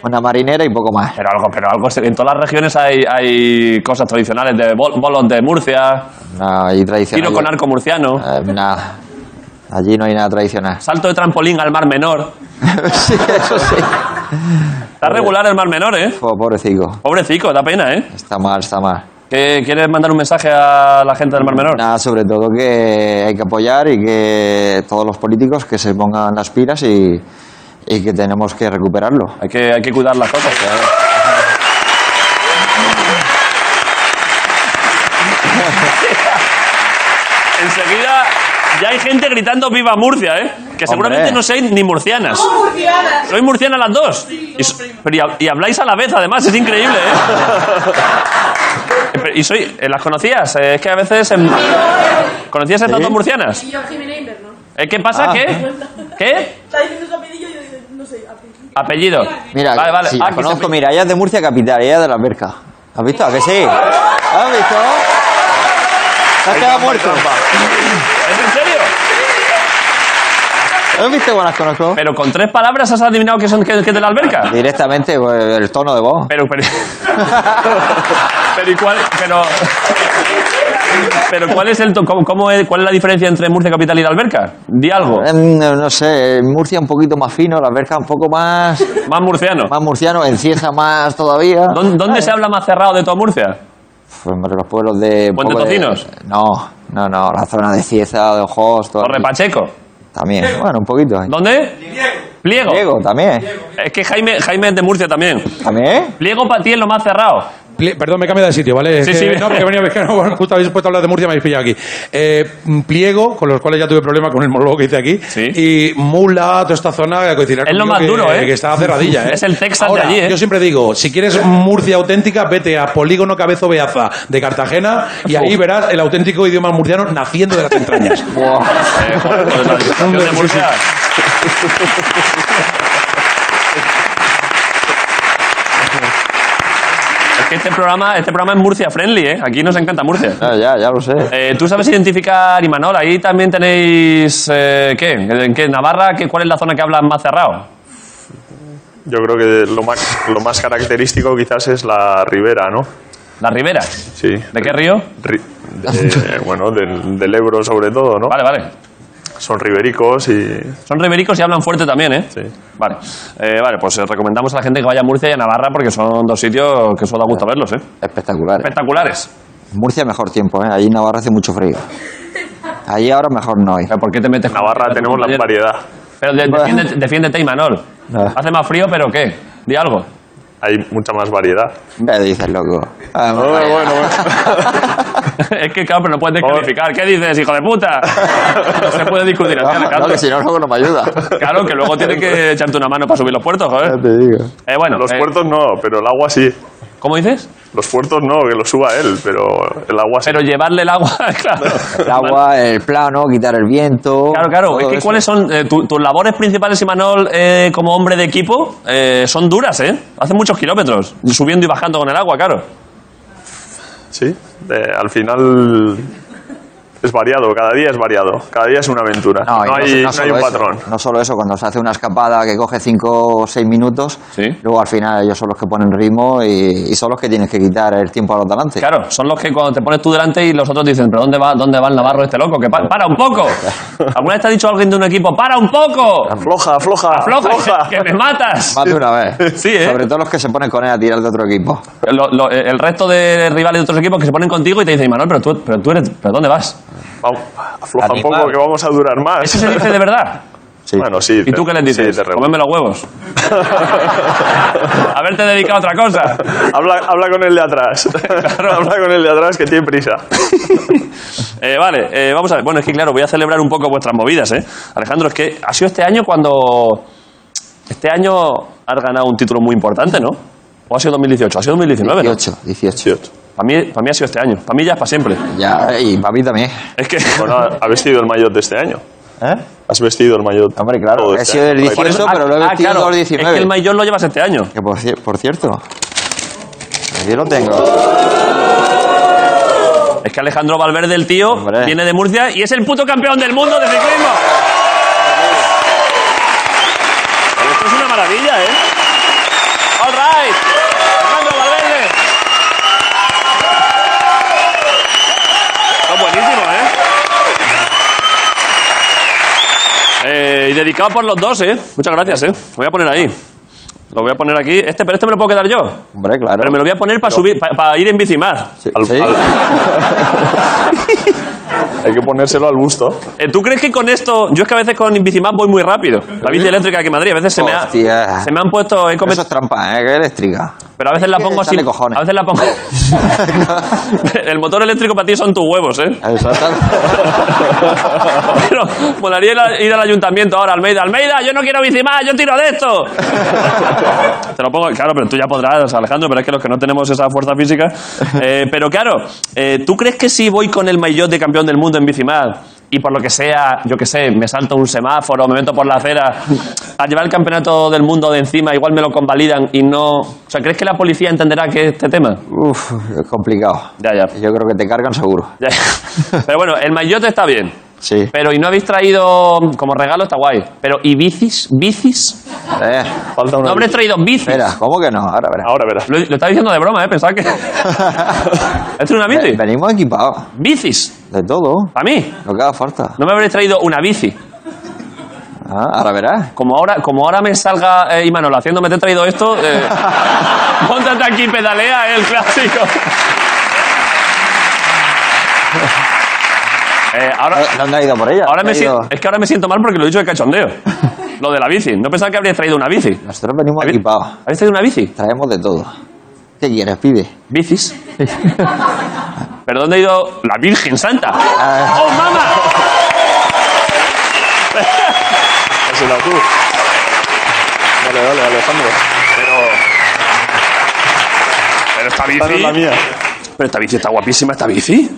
Speaker 8: una marinera y poco más.
Speaker 1: Pero algo, pero algo. se- En todas las regiones hay, hay cosas tradicionales de bol- bolos de Murcia,
Speaker 8: No, allí tradicional.
Speaker 1: tiro con arco murciano,
Speaker 8: Eh, nada. Allí no hay nada tradicional.
Speaker 1: salto de trampolín al mar menor.
Speaker 8: sí, eso sí.
Speaker 1: Está regular el mar menor, ¿eh?
Speaker 8: Po- Pobrecito.
Speaker 1: Pobrecico, da pena, ¿eh?
Speaker 8: Está mal, está mal.
Speaker 1: ¿Qué- ¿Quieres mandar un mensaje a la gente del mar menor?
Speaker 8: Nada, sobre todo que hay que apoyar y que todos los políticos que se pongan las pilas y, y que tenemos que recuperarlo.
Speaker 1: Hay que, hay que cuidar las cosas. Enseguida ya hay gente gritando viva Murcia, ¿eh? Que seguramente
Speaker 8: Hombre.
Speaker 1: no seáis ni murcianas. ¿Sois murcianas las dos? y, so- pero y hab- y habláis a la vez, además, es increíble, ¿eh? Eh, pero- ¿Y soy, eh, las conocías? Eh, es que a veces... en- ¿Conocías a estas dos murcianas?
Speaker 10: Y yo Jiménez Inverno. ¿no?
Speaker 1: Eh, ¿Qué pasa?
Speaker 8: Ah.
Speaker 1: ¿Qué? ¿Qué?
Speaker 10: Está diciendo su apellido y yo digo, no sé, apellido.
Speaker 1: Apellido.
Speaker 8: Mira,
Speaker 1: vale, vale.
Speaker 8: sí,
Speaker 1: Ah,
Speaker 8: la
Speaker 1: que se
Speaker 8: conozco, mira, ella es de Murcia capital, ella es de la Berca. ¿Has visto? ¿A que sí? ¿Has visto? ¿Te has quedado muerto?
Speaker 1: ¿Es en serio?
Speaker 8: ¿Has visto cómo las conozco?
Speaker 1: Pero con tres palabras has adivinado que son que, que de la alberca.
Speaker 8: Directamente pues, el tono de voz.
Speaker 1: Pero, pero. pero, ¿y cuál, pero, pero ¿cuál es el to- cómo, cómo es, cuál es la diferencia entre Murcia capital y la alberca? Di algo.
Speaker 8: Em, No, no sé, en Murcia un poquito más fino, la Berca un poco más,
Speaker 1: Más murciano.
Speaker 8: más murciano, en Cieza más todavía. Eh,
Speaker 1: ¿Dónde, dónde se habla más cerrado de toda Murcia?
Speaker 8: Pues entre los pueblos de... un
Speaker 1: ¿Puente
Speaker 8: poco de-
Speaker 1: Tocinos?
Speaker 8: No, no, no, la zona de Cieza, de Ojos, todo
Speaker 1: Torre Pacheco.
Speaker 8: También, bueno, un poquito.
Speaker 1: ¿Dónde? Pliego.
Speaker 8: Diego, también.
Speaker 1: Es que Jaime, Jaime es de Murcia también.
Speaker 8: ¿También?
Speaker 1: Pliego para ti es lo más cerrado.
Speaker 4: Pli- Perdón, me he cambiado de sitio, ¿vale? Es
Speaker 1: Sí,
Speaker 4: que-
Speaker 1: sí.
Speaker 4: No, porque venía, es que no, bueno, justo habéis puesto a hablar de Murcia y me habéis pillado aquí. Eh, pliego, con los cuales ya tuve problema con el monólogo que hice aquí.
Speaker 1: Sí.
Speaker 4: Y Mula, toda esta zona. coincidirá
Speaker 1: Es lo
Speaker 4: conmigo
Speaker 1: más
Speaker 4: que-
Speaker 1: duro, ¿eh?
Speaker 4: Que está cerradilla, ¿eh?
Speaker 1: Es el Texas de
Speaker 4: Ahora,
Speaker 1: allí, ¿eh?
Speaker 4: Yo siempre digo, si quieres Murcia auténtica, vete a Polígono Cabezo Beaza de Cartagena y ahí
Speaker 1: Uf.
Speaker 4: verás el auténtico idioma murciano naciendo de las entrañas.
Speaker 1: Buah, eh, joder, pues la discusión de Murcia. Es que este programa, este programa es Murcia friendly, ¿eh? Aquí nos encanta Murcia.
Speaker 8: Ah, ya, ya lo sé.
Speaker 1: Eh, ¿Tú sabes identificar Imanol? Ahí también tenéis. eh, ¿Qué? ¿En qué? ¿Navarra? ¿Qué, ¿Cuál es la zona que hablan más cerrado?
Speaker 9: Yo creo que lo más, lo más característico quizás es la ribera, ¿no?
Speaker 1: ¿Las riberas?
Speaker 9: Sí.
Speaker 1: ¿De qué río?
Speaker 9: Ri- de- bueno, del, del Ebro sobre todo, ¿no?
Speaker 1: Vale, vale.
Speaker 9: Son ribericos y...
Speaker 1: Son ribericos y hablan fuerte también, ¿eh?
Speaker 9: Sí.
Speaker 1: Vale. Eh, vale, pues eh, recomendamos a la gente que vaya a Murcia y a Navarra porque son dos sitios que solo da gusto verlos, ¿eh?
Speaker 8: Espectacular. ¿eh?
Speaker 1: Espectaculares.
Speaker 8: Murcia mejor tiempo, ¿eh? Ahí en Navarra hace mucho frío. Ahí ahora mejor no hay.
Speaker 1: Pero ¿Por qué te metes con-
Speaker 9: Navarra
Speaker 1: con tu
Speaker 9: tenemos la
Speaker 1: compañero?
Speaker 9: variedad.
Speaker 1: Pero de-
Speaker 8: Bueno.
Speaker 1: defiéndete, defiéndete, Imanol.
Speaker 8: Ah.
Speaker 1: Hace más frío, pero ¿qué? Di algo.
Speaker 9: Hay mucha más variedad.
Speaker 8: Me dices, loco. Ah,
Speaker 9: No,
Speaker 8: vale.
Speaker 9: bueno, bueno.
Speaker 1: es que, claro, pero no puedes descalificar. ¿Qué dices, hijo de puta? No se puede discutir así,
Speaker 8: Vamos, no,
Speaker 1: Alejandro.
Speaker 8: Ah, que si no, luego no me ayuda.
Speaker 1: Claro, que luego tiene que echarte una mano para subir los puertos, joder.
Speaker 8: Ya te digo.
Speaker 1: Eh, bueno,
Speaker 9: Los
Speaker 1: eh,
Speaker 9: puertos no, pero el agua sí.
Speaker 1: ¿Cómo dices?
Speaker 9: Los puertos no, que lo suba él, pero el agua sí.
Speaker 1: Pero llevarle el agua, claro.
Speaker 8: El agua, el plano, quitar el viento.
Speaker 1: Claro, claro.
Speaker 8: todo
Speaker 1: Es que,
Speaker 8: eso.
Speaker 1: ¿Cuáles son eh, tu- tus labores principales, Imanol, eh, como hombre de equipo? eh, son duras, ¿eh? Hacen muchos kilómetros, subiendo y bajando con el agua, claro.
Speaker 9: Sí, eh, al final es variado, cada día es variado, cada día es una aventura. No,
Speaker 8: No, y
Speaker 9: hay, no hay
Speaker 8: solo
Speaker 9: un
Speaker 8: eso,
Speaker 9: patrón.
Speaker 8: no solo eso, cuando se hace una escapada que coge 5 o 6 minutos,
Speaker 1: Sí.
Speaker 8: luego al final ellos son los que ponen ritmo y, y son los que tienes que quitar el tiempo a los delante.
Speaker 1: Claro, son los que cuando te pones tú delante y los otros dicen, ¿pero dónde va, dónde va el Navarro este loco? Que pa- para un poco. ¿Alguna vez te ha dicho alguien de un equipo, para un poco?
Speaker 9: Afloja, afloja,
Speaker 1: Afloja, que, que me matas.
Speaker 8: Más de una vez.
Speaker 1: Sí, ¿eh?
Speaker 8: Sobre todo los que se ponen con él a tirar de otro equipo.
Speaker 1: Lo- lo- el resto de rivales de otros equipos que se ponen contigo y te dicen, Imanol, pero tú, pero tú eres, ¿pero dónde vas?
Speaker 9: Vamos, afloja un
Speaker 8: Animal.
Speaker 9: poco que vamos a durar más.
Speaker 1: Eso se dice de verdad.
Speaker 8: Sí.
Speaker 9: Bueno, sí.
Speaker 1: ¿Y tú qué les dices?
Speaker 9: Sí, te rebo-
Speaker 1: Comeme los huevos. Haberte dedicado a otra cosa.
Speaker 9: habla, habla con el de atrás. habla con el de atrás que tiene prisa.
Speaker 1: Eh, vale, eh, vamos a ver. Bueno, es que claro, voy a celebrar un poco vuestras movidas, ¿eh? Alejandro, es que ha sido este año cuando... Este año has ganado un título muy importante, ¿no? ¿O ha sido 2018? Ha sido 2019, ¿no?
Speaker 8: 18, 18.
Speaker 1: Para mí, para mí ha sido este año. Para mí ya es para siempre.
Speaker 8: Ya, y para mí también.
Speaker 1: Es que...
Speaker 9: Bueno, ha ha vestido el maillot de este año.
Speaker 8: ¿Eh?
Speaker 9: Has vestido el maillot.
Speaker 8: Hombre, claro,
Speaker 9: todo
Speaker 8: he
Speaker 9: este
Speaker 8: sido
Speaker 9: año.
Speaker 8: del
Speaker 9: Por eso-
Speaker 8: 18. pero lo he vestido
Speaker 1: Ah, claro,
Speaker 8: los
Speaker 1: Es
Speaker 8: 19.
Speaker 1: que el maillot lo llevas este año.
Speaker 8: Que por, cier- por cierto. Yo lo tengo.
Speaker 1: Es que Alejandro Valverde, el tío,
Speaker 8: Hombre.
Speaker 1: viene de Murcia y es el puto campeón del mundo de ciclismo. Pero Esto es una maravilla, ¿eh? All right. Alejandro Valverde. Está buenísimo, ¿eh? Eh, y dedicado por los dos, ¿eh? Muchas gracias, ¿eh? Lo voy a poner ahí. Lo voy a poner aquí. Este, pero este me lo puedo quedar yo.
Speaker 8: Hombre, claro.
Speaker 1: Pero me lo voy a poner para subir, para ir en bicimar.
Speaker 8: Sí,
Speaker 9: al-
Speaker 8: sí.
Speaker 9: Hay que ponérselo al busto.
Speaker 1: Eh, ¿Tú crees que con esto.? Yo es que a veces con Bicimap voy muy rápido. La bici eléctrica aquí en Madrid, a veces se me, ha-
Speaker 8: Hostia.
Speaker 1: se me han puesto. he comet-
Speaker 8: Eso es trampa, ¿eh? Que eléctrica.
Speaker 1: pero a veces la
Speaker 8: que
Speaker 1: pongo así.
Speaker 8: echarle cojones.
Speaker 1: A veces la pongo. El motor eléctrico para ti son tus huevos, ¿eh? Pero molaría ir, a- ir al ayuntamiento ahora, Almeida. Almeida, yo no quiero bici más, yo tiro de esto. Te lo pongo, claro, pero tú ya podrás, Alejandro, pero es que los que no tenemos esa fuerza física. Eh, pero claro, eh, ¿tú crees que si voy con el maillot de campeón del mundo en bicimad y por lo que sea, yo que sé, me salto un semáforo, me meto por la acera, a llevar el campeonato del mundo de encima, igual me lo convalidan y no. O sea, ¿crees que la policía entenderá que este tema?
Speaker 8: Uf, es complicado.
Speaker 1: Ya, ya.
Speaker 8: Yo creo que te cargan seguro.
Speaker 1: Ya, ya. Pero bueno, el maillot está bien.
Speaker 8: Sí.
Speaker 1: Pero, ¿y no habéis traído como regalo? Está guay. Pero, ¿y bicis? ¿Bicis?
Speaker 8: Eh,
Speaker 9: Falta una.
Speaker 1: No habréis traído bicis.
Speaker 8: espera, ¿cómo que no? Ahora verás.
Speaker 9: Ahora verás.
Speaker 1: Lo, lo estaba diciendo de broma, ¿eh? Pensaba que. ¿Es una bici?
Speaker 8: Ve- Venimos equipados.
Speaker 1: Bicis.
Speaker 8: De todo.
Speaker 1: ¿Para mí?
Speaker 8: Lo que haga falta.
Speaker 1: No me habréis traído una bici.
Speaker 8: Ah, ahora verás.
Speaker 1: Como ahora, como ahora me salga eh, Imanol haciéndome, te he traído esto. Eh, póntate aquí, y pedalea, eh, el clásico. Eh, ahora,
Speaker 8: Eh, ¿Dónde ha ido por ella?
Speaker 1: ahora me
Speaker 8: Ha ido-
Speaker 1: siento, es que ahora me siento mal porque lo he dicho de cachondeo. Lo de la bici. No pensaba que habríais traído una bici.
Speaker 8: Nosotros venimos
Speaker 1: ¿Habéis
Speaker 8: equipados.
Speaker 1: habéis traído una bici?
Speaker 8: Traemos de todo. ¿Qué quieres, pibe?
Speaker 1: Bicis. ¿Pero dónde ha ido la Virgen Santa?
Speaker 8: Ah.
Speaker 1: ¡Oh, mamá!
Speaker 9: Has sido tú. Dale, dale, Alejandro.
Speaker 1: Pero... Pero esta
Speaker 9: Esta no es la
Speaker 1: bici...
Speaker 9: mía.
Speaker 1: Pero esta bici está guapísima, esta bici.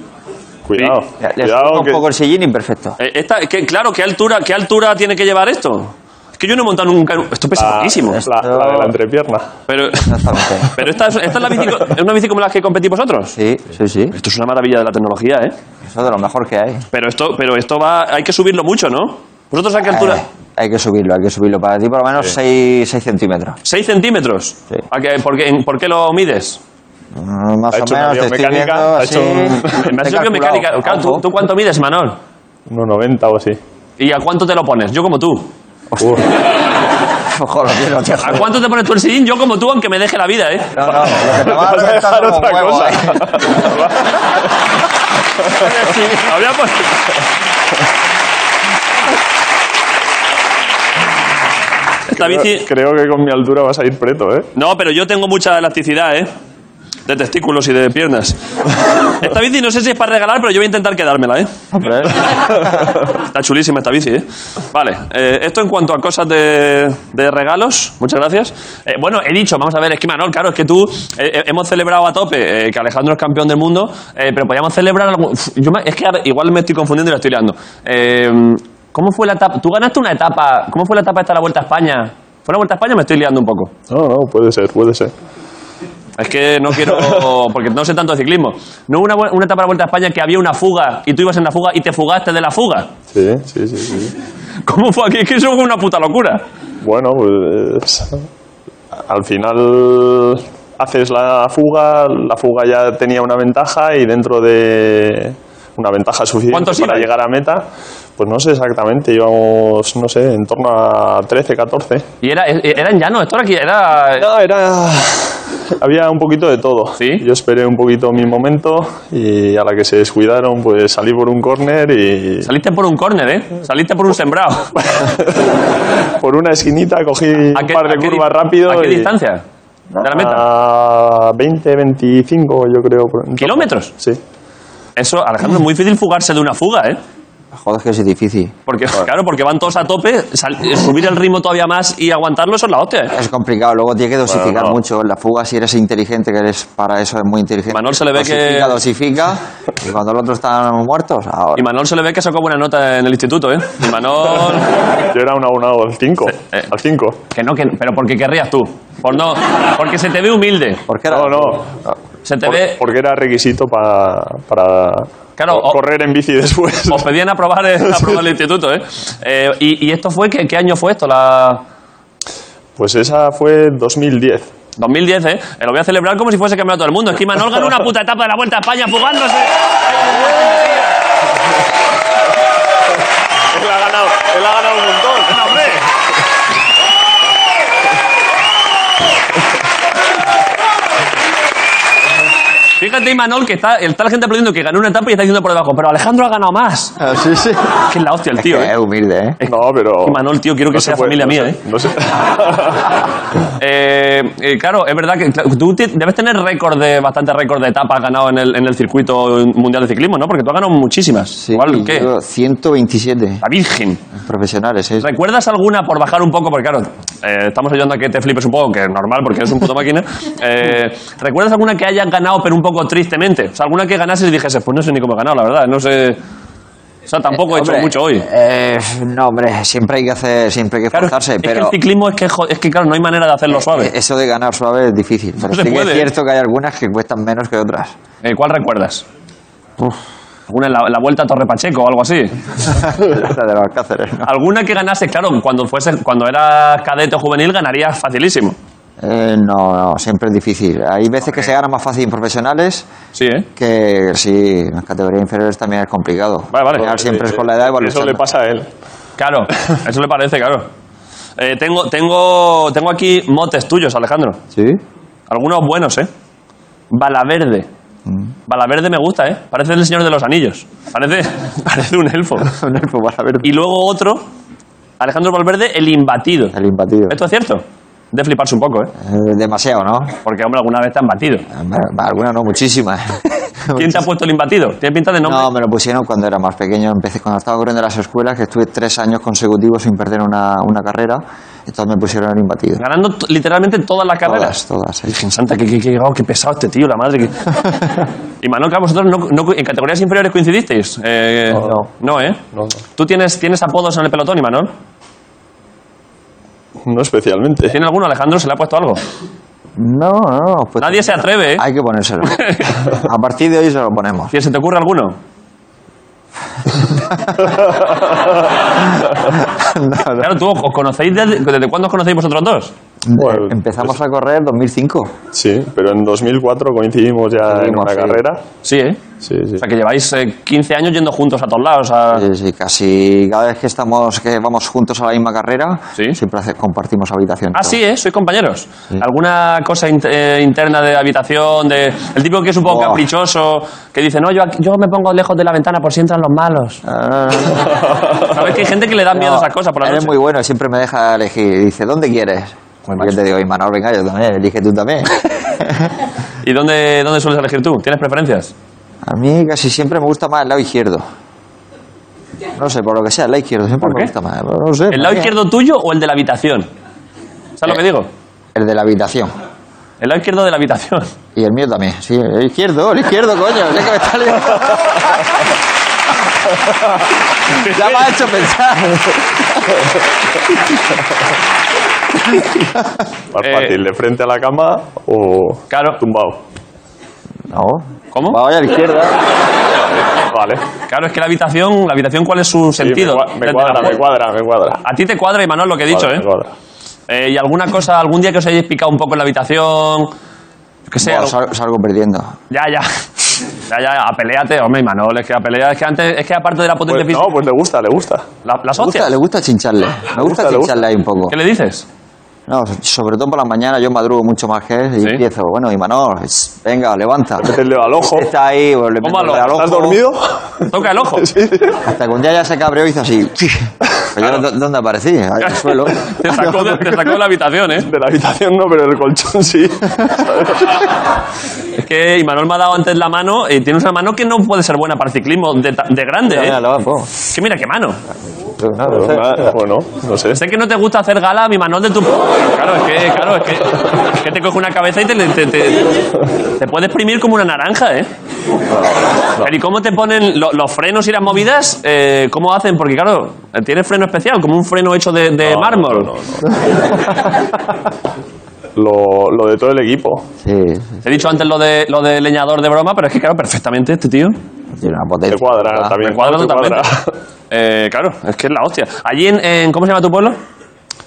Speaker 9: Cuidado.
Speaker 8: Le- le subo
Speaker 9: Cuidado
Speaker 8: un
Speaker 9: que...
Speaker 8: poco el sillín imperfecto.
Speaker 1: Eh, Esta, ¿qué- claro, ¿qué altura, ¿qué altura tiene que llevar esto? Es que yo no he montado nunca... en un- Esto pesa poquísimo.
Speaker 9: La, la de la entrepierna.
Speaker 1: Pero,
Speaker 8: Exactamente.
Speaker 1: pero esta, es- esta es, la bici, co- es una bici como las que competís vosotros.
Speaker 8: Sí, sí, sí.
Speaker 1: Esto es una maravilla de la tecnología, ¿eh?
Speaker 8: Eso es de lo mejor que hay.
Speaker 1: Pero esto, pero esto va... Hay que subirlo mucho, ¿no? ¿Vosotros a qué altura...?
Speaker 8: Eh, hay que subirlo, hay que subirlo. Para ti por lo menos 6 centímetros.
Speaker 1: 6 centímetros.
Speaker 8: Sí.
Speaker 1: ¿A qué- por, qué, en- por qué lo mides?
Speaker 8: Mm, Más
Speaker 9: Ha
Speaker 8: o
Speaker 9: hecho
Speaker 8: menos
Speaker 9: una
Speaker 8: te estoy
Speaker 9: biomecánica,
Speaker 8: viendo
Speaker 9: ha
Speaker 8: así.
Speaker 9: hecho un-
Speaker 1: Me
Speaker 8: Te
Speaker 1: has
Speaker 8: he
Speaker 1: dicho
Speaker 8: calculado.
Speaker 1: biomecánica. Claro, ¿tú,
Speaker 8: Ojo.
Speaker 1: tú cuánto mides, Manol?
Speaker 9: 1,90 o así.
Speaker 1: ¿Y a cuánto te lo pones? Yo como tú.
Speaker 8: Ojo, lo quiero, tío.
Speaker 1: ¿A cuánto te pones tú el sillín? Yo como tú, aunque me deje la vida, ¿eh?
Speaker 8: No, no, lo que te va a
Speaker 9: Vas a
Speaker 8: afectar
Speaker 9: dejar
Speaker 8: como
Speaker 9: otra
Speaker 8: huevo,
Speaker 9: cosa.
Speaker 8: eh.
Speaker 1: Había por- Esta bici...
Speaker 9: Creo que con mi altura vas a ir preto, ¿eh?
Speaker 1: No, pero yo tengo mucha elasticidad, ¿eh? De testículos y de piernas. Esta bici no sé si es para regalar, pero yo voy a intentar quedármela, ¿eh?
Speaker 8: Hombre,
Speaker 1: Está chulísima esta bici, ¿eh? Vale, eh, esto en cuanto a cosas de, de regalos, muchas gracias. Eh, bueno, he dicho, vamos a ver, es que Manol, claro, es que tú eh, eh, hemos celebrado a tope eh, que Alejandro es campeón del mundo, eh, pero podíamos celebrar algo. Uf, yo me- es que ahora igual me estoy confundiendo y la estoy liando. Eh, ¿Cómo fue la etapa? ¿Tú ganaste una etapa? ¿Cómo fue la etapa esta de la Vuelta a España? ¿Fue la Vuelta a España o me estoy liando un poco?
Speaker 9: No, no, puede ser, puede ser.
Speaker 1: Es que no quiero. Porque no sé tanto de ciclismo. ¿No hubo una, bu- una etapa de la Vuelta a España que había una fuga y tú ibas en la fuga y te fugaste de la fuga?
Speaker 9: Sí, sí, sí. sí.
Speaker 1: ¿Cómo fue aquí? Es que eso fue una puta locura.
Speaker 9: Bueno, pues. Al final haces la fuga, la fuga ya tenía una ventaja y dentro de una ventaja suficiente
Speaker 1: ¿Cuántos
Speaker 9: para
Speaker 1: ibais?
Speaker 9: llegar a meta, pues no sé exactamente, íbamos, no sé, en torno a 13, 14.
Speaker 1: Y era, e- era en llano, esto era aquí, era...
Speaker 9: No, era. Había un poquito de todo.
Speaker 1: ¿Sí?
Speaker 9: Yo esperé un poquito mi momento y a la que se descuidaron, pues salí por un córner y.
Speaker 1: Saliste por un córner, ¿eh? Saliste por un sembrado.
Speaker 9: por una esquinita cogí
Speaker 1: ¿A
Speaker 9: un
Speaker 1: qué-
Speaker 9: par de
Speaker 1: a qué di-
Speaker 9: curvas rápido.
Speaker 1: ¿A qué
Speaker 9: y- Ah.
Speaker 1: distancia? ¿De la meta?
Speaker 9: A 20, 25, yo creo. por- en torno.
Speaker 1: ¿Kilómetros?
Speaker 9: Sí.
Speaker 1: Eso, Alejandro, es muy difícil fugarse de una fuga, ¿eh?
Speaker 8: joder, es que es difícil.
Speaker 1: Porque, claro, porque van todos a tope, sal- subir el ritmo todavía más y aguantarlo, eso es la hostia, ¿eh?
Speaker 8: Es complicado, luego tienes que dosificar
Speaker 9: no.
Speaker 8: mucho. En la fuga, si eres inteligente, que eres para eso, es muy inteligente.
Speaker 1: Manol se le ve que-
Speaker 8: Dosifica, dosifica. Y cuando los otros están muertos, ahora.
Speaker 1: Y Manol se le ve que sacó buena nota en el instituto, ¿eh? Y Manol...
Speaker 9: Yo era un abonado al 5.
Speaker 1: eh.
Speaker 9: Al 5.
Speaker 1: Que no, que, pero porque querrías tú. Por no, porque se te ve humilde.
Speaker 8: ¿Por qué era?
Speaker 9: No, no.
Speaker 1: Se te
Speaker 9: Por-
Speaker 1: ve...
Speaker 9: porque era requisito pa- para.
Speaker 1: Claro,
Speaker 9: co-
Speaker 1: o-
Speaker 9: correr en bici después.
Speaker 1: Os pedían aprobar, eh, aprobar el instituto, ¿eh? Eh, y, y esto fue... ¿qué, ¿Qué año fue esto? La...
Speaker 9: Pues esa fue 2010.
Speaker 1: 2010, ¿eh? Eh, Lo voy a celebrar como si fuese campeonato del mundo. Es que Imanol ganó una puta etapa de la Vuelta a España fugándose.
Speaker 9: Él ha ganado, él ha ganado un montón.
Speaker 1: Fíjate, Imanol, que está, está la gente aplaudiendo que ganó una etapa y está diciendo por debajo, pero Alejandro ha ganado más.
Speaker 8: Ah, sí, sí.
Speaker 1: Que es la hostia el tío,
Speaker 8: Que
Speaker 1: ¿eh?
Speaker 8: Es humilde, ¿eh?
Speaker 9: No, pero.
Speaker 1: Imanol, tío, quiero que
Speaker 9: no se
Speaker 1: sea
Speaker 9: puede-
Speaker 1: familia
Speaker 9: no
Speaker 1: mía,
Speaker 9: se-
Speaker 1: ¿eh?
Speaker 9: No sé.
Speaker 1: Eh, eh, claro, es verdad que claro, tú te- debes tener récord de, bastante récord de etapas ganado en el, en el circuito mundial de ciclismo, ¿no? Porque tú has ganado muchísimas.
Speaker 8: Sí,
Speaker 1: Igual, ¿qué?
Speaker 8: yo 127
Speaker 1: La Virgen.
Speaker 8: profesionales, ¿eh?
Speaker 1: ¿Recuerdas alguna por bajar un poco? Porque claro, eh, estamos ayudando a que te flipes un poco, que es normal porque eres un puto máquina. Eh, ¿Recuerdas alguna que hayas ganado pero un poco tristemente? O sea, alguna que ganases y dijese, pues no sé ni cómo he ganado, la verdad, no sé... O sea, tampoco he hecho
Speaker 8: Hombre,
Speaker 1: mucho hoy.
Speaker 8: eh, no, hombre, siempre hay que hacer, siempre hay que
Speaker 1: Claro,
Speaker 8: esforzarse,
Speaker 1: es que
Speaker 8: pero
Speaker 1: el ciclismo es que, jo- es que, claro, no hay manera de hacerlo suave.
Speaker 8: eh, eso de ganar suave es difícil. Pero
Speaker 1: se
Speaker 8: sí que
Speaker 1: puede.
Speaker 8: es cierto que hay algunas que cuestan menos que otras.
Speaker 1: Eh, ¿Cuál recuerdas? ¿Alguna en la, la vuelta a Torre Pacheco o algo así?
Speaker 8: La de los Alcáceres, ¿no?
Speaker 1: ¿Alguna que ganase, claro, cuando, fuese, cuando eras cadete o juvenil ganarías facilísimo?
Speaker 8: Eh, no, no, siempre es difícil. Hay veces que se gana más fácil en profesionales
Speaker 1: Sí, ¿eh?
Speaker 8: que sí, en las categorías inferiores también es complicado.
Speaker 1: Vale, vale.
Speaker 8: Al final siempre es con la edad y vas
Speaker 9: Eso
Speaker 8: luchando.
Speaker 9: le pasa a él.
Speaker 1: Claro, eso le parece, claro. Eh, tengo, tengo, tengo aquí motes tuyos, Alejandro.
Speaker 8: ¿Sí?
Speaker 1: Algunos buenos, ¿eh? Balaverde. Balaverde me gusta, ¿eh? Parece el señor de los anillos. Parece, parece un elfo.
Speaker 8: No, pues vas a ver
Speaker 1: Y luego otro, Alejandro Valverde, el imbatido.
Speaker 8: el imbatido.
Speaker 1: ¿Esto es cierto? de fliparse un poco, ¿eh?
Speaker 8: Eh, demasiado, ¿no?
Speaker 1: Porque, hombre, alguna vez te han batido.
Speaker 8: Algunas no, muchísimas.
Speaker 1: ¿Quién te ha puesto el imbatido? ¿Tiene pinta de nombre?
Speaker 8: No, me lo pusieron cuando era más pequeño. Empecé cuando estaba corriendo en las escuelas, que estuve tres años consecutivos sin perder una, una carrera. Entonces me pusieron el imbatido.
Speaker 1: Ganando t- literalmente todas las carreras.
Speaker 8: Todas, todas. ahí.
Speaker 1: Santa, que, que, que- oh, qué pesado este tío, la madre. Que... y Manoca, vosotros no, no- en categorías inferiores coincidisteis. Eh,
Speaker 9: No.
Speaker 1: No, ¿eh?
Speaker 9: No, no.
Speaker 1: ¿Tú tienes, tienes apodos en el pelotón, Imanol?
Speaker 9: No especialmente.
Speaker 1: ¿Tiene alguno, Alejandro? ¿Se le ha puesto algo?
Speaker 9: Pues
Speaker 8: No, no. pues-
Speaker 1: Nadie se atreve, ¿eh?
Speaker 8: Hay que ponérselo. A partir de hoy se lo ponemos.
Speaker 1: ¿Quién se te ocurre alguno?
Speaker 8: No, no.
Speaker 1: Claro, tú os conocéis desde, ¿desde cuándo os conocéis vosotros dos?
Speaker 9: Bueno,
Speaker 8: Em,
Speaker 9: pues,
Speaker 8: Empezamos
Speaker 1: pues-
Speaker 8: a correr en 2005.
Speaker 9: Sí, pero en 2004 coincidimos ya en
Speaker 8: Coincidimos,
Speaker 9: una
Speaker 8: sí.
Speaker 9: carrera.
Speaker 1: Sí, ¿eh?
Speaker 9: Sí, sí.
Speaker 1: O sea, que lleváis eh, 15 años yendo juntos a todos lados. a-
Speaker 8: Sí, sí, casi cada vez que estamos que vamos juntos a la misma carrera,
Speaker 1: Sí.
Speaker 8: siempre hace- compartimos habitación.
Speaker 1: Ah, sí, ¿eh? Sois compañeros. ¿Alguna cosa in- eh, interna de habitación? De... El tipo que es un poco
Speaker 8: Buah.
Speaker 1: caprichoso, que dice, no, yo, aquí- yo me pongo lejos de la ventana por si entran los malos.
Speaker 8: Ah.
Speaker 1: ¿Sabes que hay gente que le da miedo a esas cosas por la
Speaker 8: Eres
Speaker 1: noche?
Speaker 8: muy bueno, siempre me deja elegir. Dice, ¿dónde quieres? Pues yo te digo, Imanol, venga, yo también, elige tú también.
Speaker 1: ¿Y dónde, dónde sueles elegir tú? ¿Tienes preferencias?
Speaker 8: a mí casi siempre me gusta más el lado izquierdo. No sé, por lo que sea, el lado izquierdo siempre
Speaker 1: ¿Por
Speaker 8: me
Speaker 1: qué?
Speaker 8: gusta más. No
Speaker 9: Pues
Speaker 8: sé,
Speaker 1: ¿El lado
Speaker 8: mira,
Speaker 1: izquierdo tuyo o el de la habitación? ¿Sabes lo
Speaker 9: Eh.
Speaker 1: que digo?
Speaker 8: El de la habitación.
Speaker 1: El lado izquierdo de la habitación.
Speaker 8: Y el mío también. Sí, el izquierdo, el izquierdo, coño. sé que me está liando. ya me ha hecho pensar.
Speaker 9: Más
Speaker 1: Eh,
Speaker 9: fácil, de frente a la cama o
Speaker 1: Claro.
Speaker 9: tumbado.
Speaker 8: No.
Speaker 1: ¿Cómo?
Speaker 8: Vaya a la izquierda.
Speaker 9: Vale.
Speaker 1: Claro, es que la habitación, la habitación ¿cuál es su
Speaker 9: Sí,
Speaker 1: sentido?
Speaker 9: me cua- me,
Speaker 1: Desde
Speaker 9: cuadra,
Speaker 1: la-
Speaker 9: me cuadra, me cuadra.
Speaker 1: A ti te cuadra, Imanol, lo que he dicho,
Speaker 9: Cuadra,
Speaker 1: ¿eh?
Speaker 9: me cuadra.
Speaker 1: Eh, ¿Y alguna cosa, algún día que os hayáis picado un poco en la habitación? Yo qué sé,
Speaker 8: Buah,
Speaker 1: algo-
Speaker 8: sal- salgo perdiendo.
Speaker 1: ya, ya. Ya, ya, a peleate, hombre, Imanol, es que a pelea, es que antes, es que aparte de la potencia
Speaker 9: Pues, no,
Speaker 1: física,
Speaker 9: pues le gusta, le gusta.
Speaker 1: la- las
Speaker 8: Le gusta,
Speaker 1: hostias.
Speaker 8: le gusta chincharle. Me gusta,
Speaker 9: gusta, le
Speaker 8: chincharle ahí un poco.
Speaker 1: ¿Qué le dices?
Speaker 8: No, sobre todo por la mañana yo madrugo mucho más que él y
Speaker 1: ¿Sí?
Speaker 8: empiezo. Bueno, Imanol, sh, venga, levanta.
Speaker 9: Mete el dedo al ojo.
Speaker 8: Está ahí, pues, le meto
Speaker 1: Tómalo.
Speaker 8: el dedo al
Speaker 9: ¿Estás
Speaker 8: ojo.
Speaker 9: dormido?
Speaker 1: Toca el ojo.
Speaker 9: Sí, sí.
Speaker 8: Hasta que un día ya se cabreó y hizo así. Pero yo, ¿dó- ¿Dónde aparecí? Ahí en el suelo.
Speaker 1: Te sacó, de, te sacó de la habitación, ¿eh?
Speaker 9: De la habitación no, pero del colchón sí.
Speaker 1: Es que Imanol me ha dado antes la mano y tiene una mano que no puede ser buena para ciclismo de, ta- de grande,
Speaker 8: Mira,
Speaker 1: ¿eh?
Speaker 8: mira, lo hago.
Speaker 1: Que mira qué mano.
Speaker 9: Pero Pues nada, bueno, no sé.
Speaker 1: Sé que no te gusta hacer gala, mi Imanol, de tu... Claro, es que, claro, es que, es que te coge una cabeza y te, te, te- te puede exprimir como una naranja, ¿eh? Pero ¿y cómo te ponen lo- los frenos y las movidas? eh, ¿Cómo hacen? Porque claro, tiene freno especial, como un freno hecho de, de mármol.
Speaker 9: Lo, lo de todo el equipo.
Speaker 8: Sí, sí,
Speaker 1: Te he dicho antes lo de, lo de leñador de broma, pero es que claro, perfectamente este tío.
Speaker 8: tiene una
Speaker 9: Te
Speaker 8: potencia. Ah,
Speaker 9: cuadra
Speaker 8: ¿verdad?
Speaker 9: también.
Speaker 1: Me cuadra
Speaker 9: te
Speaker 1: totalmente. Eh, claro, es que es la hostia. Allí en, en- ¿cómo se llama tu pueblo?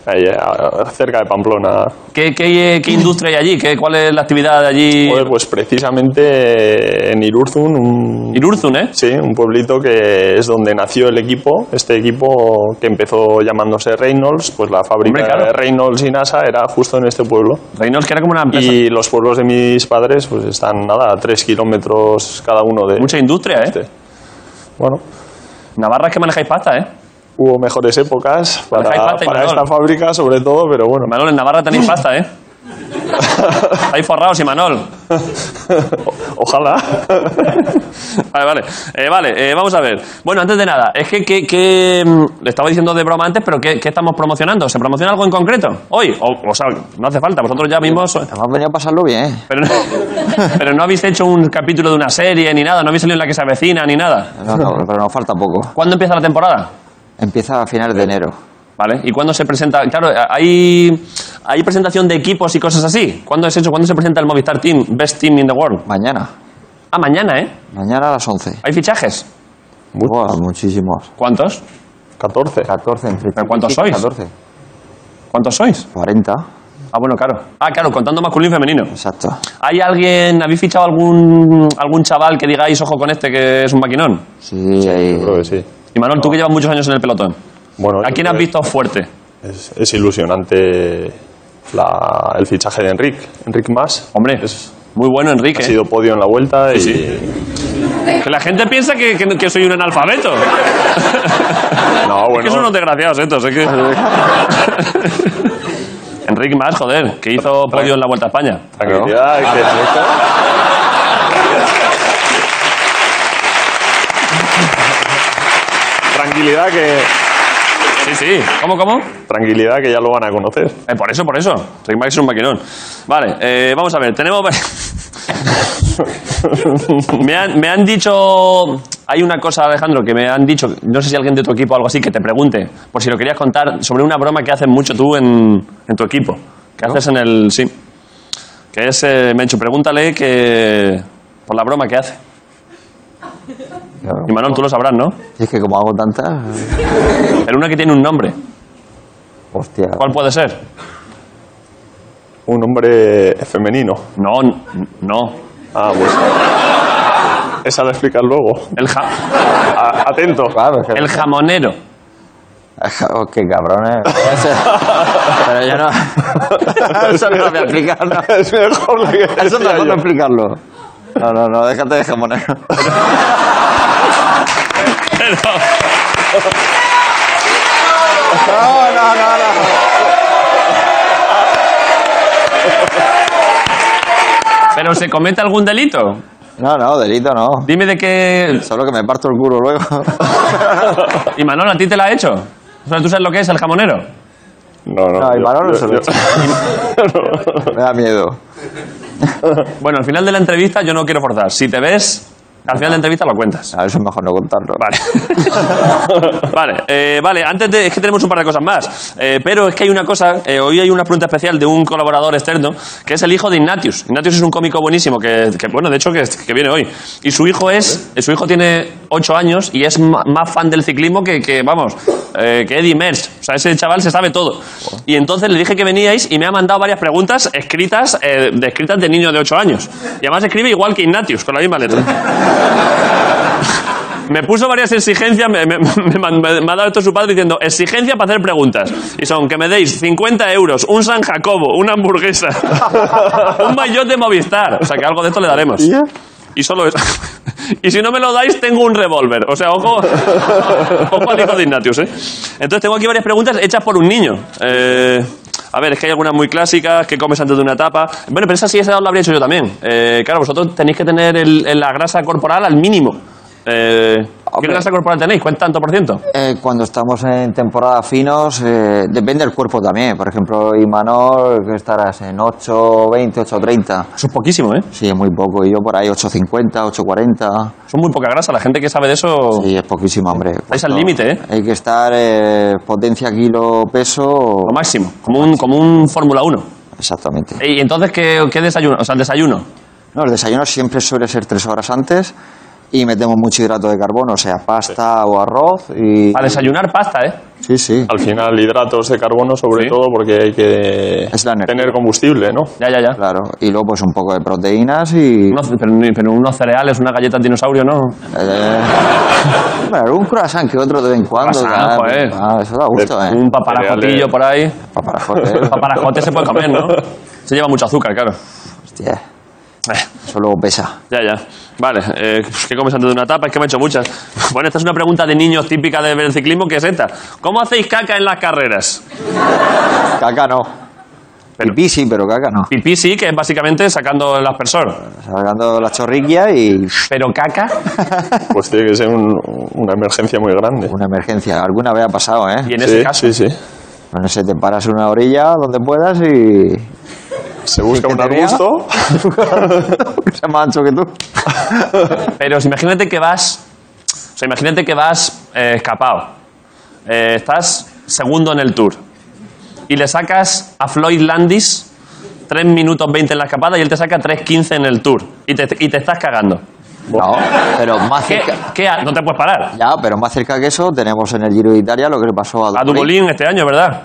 Speaker 9: Ahí, a- cerca de Pamplona.
Speaker 1: ¿Qué, qué, qué industria hay allí? ¿Qué, ¿Cuál es la actividad de allí?
Speaker 9: Joder, pues precisamente en Irurzun, un,
Speaker 1: Irurzun, ¿eh?
Speaker 9: sí, un pueblito que es donde nació el equipo. Este equipo que empezó llamándose Reynolds, pues la fábrica
Speaker 1: Hombre, claro.
Speaker 9: de Reynolds y NASA era justo en este pueblo.
Speaker 1: Reynolds, que era como una empresa.
Speaker 9: Y los pueblos de mis padres, pues están nada, a tres kilómetros cada uno de.
Speaker 1: Mucha industria, ¿eh?
Speaker 9: este. Bueno,
Speaker 1: Navarra es que manejáis pasta, ¿eh?
Speaker 9: hubo mejores épocas para,
Speaker 1: Manejáis pasta y
Speaker 9: para
Speaker 1: melón.
Speaker 9: esta fábrica, sobre todo, pero bueno.
Speaker 1: Manol, en Navarra tenéis pasta, ¿eh? Estáis forrados, y Manol.
Speaker 9: Ojalá.
Speaker 1: Vale, vale. Eh, vale, eh, vamos a ver. Bueno, antes de nada, es que, que, que, mm, le estaba diciendo de broma antes, pero ¿qué, qué estamos promocionando? ¿Se promociona algo en concreto? Hoy. O, o sea, no hace falta, vosotros ya mismos. so-
Speaker 8: Hemos venido a pasarlo bien, ¿eh?
Speaker 1: Pero no, pero no habéis hecho un capítulo de una serie ni nada, no habéis salido en la que se avecina ni nada.
Speaker 8: No, no, pero nos falta poco.
Speaker 1: ¿Cuándo empieza la temporada?
Speaker 8: Empieza a finales de enero.
Speaker 1: ¿Vale? ¿Y cuándo se presenta? Claro, hay, hay presentación de equipos y cosas así. ¿Cuándo es eso? ¿Cuándo se presenta el Movistar Team? Best Team in the World.
Speaker 8: Mañana.
Speaker 1: Ah, mañana, ¿eh?
Speaker 8: Mañana a las 11.
Speaker 1: ¿Hay fichajes?
Speaker 8: Buah, muchísimos.
Speaker 1: ¿Cuántos?
Speaker 9: 14.
Speaker 8: 14 en principio.
Speaker 1: cuántos
Speaker 8: Sí,
Speaker 1: sois?
Speaker 8: 14.
Speaker 1: ¿Cuántos sois?
Speaker 8: 40.
Speaker 1: Ah, bueno, claro. Ah, claro, contando masculino y femenino.
Speaker 8: Exacto.
Speaker 1: ¿Hay alguien, habéis fichado algún, algún chaval que digáis, ojo con este, que es un maquinón?
Speaker 8: Sí, ahí.
Speaker 9: Creo que sí.
Speaker 1: Y Manuel, tú que llevas muchos años en el pelotón,
Speaker 9: Bueno,
Speaker 1: ¿a
Speaker 9: yo
Speaker 1: quién
Speaker 9: creo
Speaker 1: has
Speaker 9: que
Speaker 1: visto fuerte?
Speaker 9: Es, es ilusionante la- el fichaje de Enric. Enric Mas.
Speaker 1: Hombre,
Speaker 9: Es-
Speaker 1: muy bueno, Enrique.
Speaker 9: ha
Speaker 1: ¿eh?
Speaker 9: sido podio en la vuelta y
Speaker 1: Que la gente piensa que, que- que soy un analfabeto.
Speaker 9: No,
Speaker 1: Es que
Speaker 9: bueno.
Speaker 1: son unos desgraciados estos. Es que... Enrique Más, joder, que hizo podio en la Vuelta a España.
Speaker 9: Tranquilidad,
Speaker 1: Ah.
Speaker 9: que- Tranquilidad que,
Speaker 1: Sí, sí. ¿Cómo, cómo?
Speaker 9: tranquilidad que ya lo van a conocer.
Speaker 1: Eh, por eso, por eso. Rick Max es un maquinón. Vale, eh, vamos a ver. Tenemos. me, han, me han dicho. Hay una cosa, Alejandro, que me han dicho. No sé si alguien de tu equipo o algo así que te pregunte, por si lo querías contar, sobre una broma que haces mucho tú en, en tu equipo. Que haces en el. Sí. Que es. eh, Mencho, pregúntale que. Por la broma que hace.
Speaker 8: Claro.
Speaker 1: Y Manuel, tú lo sabrás, ¿no?
Speaker 8: Es que como hago tantas.
Speaker 1: Pero una que tiene un nombre.
Speaker 8: Hostia.
Speaker 1: ¿Cuál puede ser?
Speaker 9: Un hombre femenino.
Speaker 1: No, n- no.
Speaker 9: Ah, pues. Esa la explicas luego.
Speaker 1: El, ja-
Speaker 9: A- atento.
Speaker 8: Claro, es que-
Speaker 1: el jamonero.
Speaker 8: Oh, qué cabrones. Pero yo no. Eso no lo voy a explicar, no.
Speaker 9: Es mejor la que
Speaker 8: Eso es
Speaker 9: decía
Speaker 8: mejor no
Speaker 9: yo.
Speaker 8: explicarlo. No, no, no, déjate de jamonero.
Speaker 1: ¿Pero se comete algún delito?
Speaker 8: No, no, delito no.
Speaker 1: Dime de qué...
Speaker 8: Solo que me parto el culo luego.
Speaker 1: Y Manolo, ¿a ti te la ha hecho? O sea, ¿tú sabes lo que es el jamonero?
Speaker 9: No, no.
Speaker 8: No, y
Speaker 9: yo-
Speaker 8: Manolo
Speaker 9: yo-
Speaker 8: se lo
Speaker 9: yo-
Speaker 8: Me da miedo.
Speaker 1: Bueno, al final de la entrevista yo no quiero forzar. Si te ves, al final de la entrevista lo cuentas.
Speaker 8: A eso es mejor no contarlo.
Speaker 1: Vale. vale, eh, vale, antes de... Es que tenemos un par de cosas más. Eh, pero es que hay una cosa... eh, hoy hay una pregunta especial de un colaborador externo, que es el hijo de Ignatius. Ignatius es un cómico buenísimo, que, que, bueno, de hecho, que, que viene hoy. Y su hijo es... eh, Su hijo tiene 8 años y es ma- más fan del ciclismo que, que, vamos, eh, que Eddie Merckx. O sea, ese chaval se sabe todo. Y entonces le dije que veníais y me ha mandado varias preguntas escritas, eh, de, escritas de niño de 8 años. Y además escribe igual que Ignatius, con la misma letra. Me puso varias exigencias, me, me- me- me- me ha dado esto su padre diciendo, exigencia para hacer preguntas. Y son que me deis 50 euros, un San Jacobo, una hamburguesa, un maillot de Movistar. O sea que algo de esto le daremos. Y solo eso. Y si no me lo dais, tengo un revólver. O sea, ojo, ojo al hijo de Ignatius, ¿eh? Entonces tengo aquí varias preguntas hechas por un niño. Eh, a ver, es que hay algunas muy clásicas, que comes antes de una tapa. Bueno, pero esa sí, esa la habría hecho yo también. Eh, claro, vosotros tenéis que tener el- el- la grasa corporal al mínimo. Eh, ¿Qué
Speaker 8: Hombre.
Speaker 1: grasa corporal tenéis? ¿Cuánto tanto por ciento?
Speaker 8: Eh, cuando estamos en temporada finos, eh, depende del cuerpo también. Por ejemplo, Imanol, que estarás en 8, 20, 8, 30.
Speaker 1: Eso es poquísimo, ¿eh?
Speaker 8: Sí, es muy poco. Y yo por ahí 8,50, 8,40.
Speaker 1: Son muy poca grasa. La gente que sabe de eso...
Speaker 8: Sí, es poquísimo, hombre.
Speaker 1: Estáis al límite, ¿eh?
Speaker 8: Hay que estar eh, potencia, kilo, peso.
Speaker 1: Lo máximo. Como un, como un Fórmula 1.
Speaker 8: Exactamente.
Speaker 1: ¿Y entonces qué, qué desayuno? O sea, el desayuno.
Speaker 8: No, el desayuno siempre suele ser tres horas antes y metemos mucho hidrato de carbono, o sea, pasta o arroz. Y...
Speaker 1: Para desayunar pasta, ¿eh?
Speaker 8: Sí, sí.
Speaker 9: Al final, hidratos de carbono, sobre
Speaker 1: Sí.
Speaker 9: todo, porque hay que
Speaker 8: Es la energía.
Speaker 9: tener combustible, ¿no?
Speaker 1: Ya, ya, ya.
Speaker 8: Claro. Y luego pues un poco de proteínas y...
Speaker 1: Unos- pero, pero unos cereales, una galleta dinosaurio, ¿no.
Speaker 8: Eh, bueno, un croissant que otro de vez en cuando.
Speaker 1: Croissant, pues.
Speaker 8: claro.
Speaker 1: joder.
Speaker 8: Ah, eso da gusto, ¿eh?
Speaker 1: Un paparajotillo
Speaker 9: Cereales.
Speaker 1: por ahí.
Speaker 8: Paparajote,
Speaker 1: El
Speaker 8: ¿eh?
Speaker 1: paparajote se puede comer, ¿no? Se lleva mucho azúcar, claro.
Speaker 8: Hostia,
Speaker 1: Eh,
Speaker 8: eso luego pesa.
Speaker 1: Ya, ya. Vale, eh, pues, ¿qué comes antes de una tapa? Es que me he hecho muchas. Bueno, esta es una pregunta de niños típica de ver el ciclismo, que es esta. ¿Cómo hacéis caca en las carreras?
Speaker 8: Caca no.
Speaker 1: Pero-
Speaker 8: Pipí sí, pero caca no.
Speaker 1: Pipí sí, que es básicamente sacando el aspersor.
Speaker 8: Sacando la chorriquia y
Speaker 1: Pero caca,
Speaker 9: Pues tiene que ser un- una emergencia muy grande.
Speaker 8: una emergencia. Alguna vez ha pasado, ¿eh?
Speaker 1: y en ese
Speaker 9: sí,
Speaker 1: caso...
Speaker 9: sí, sí.
Speaker 8: No sé, te paras en una orilla donde puedas y...
Speaker 9: Se busca un
Speaker 8: te vea.
Speaker 9: arbusto.
Speaker 8: sea más ancho que tú.
Speaker 1: Pero si imagínate que vas. O sea, imagínate que vas eh, escapado. Eh, estás segundo en el tour. Y le sacas a Floyd Landis 3 minutos 20 en la escapada y él te saca 3.15 en el tour. Y te, y te estás cagando.
Speaker 8: No, pero más
Speaker 1: ¿Qué,
Speaker 8: cerca...
Speaker 1: qué ha- No te puedes parar.
Speaker 8: Ya, pero más cerca que eso tenemos en el Giro de Italia lo que le pasó a
Speaker 1: A
Speaker 8: Dumoulin.
Speaker 1: Dumoulin este año, ¿verdad?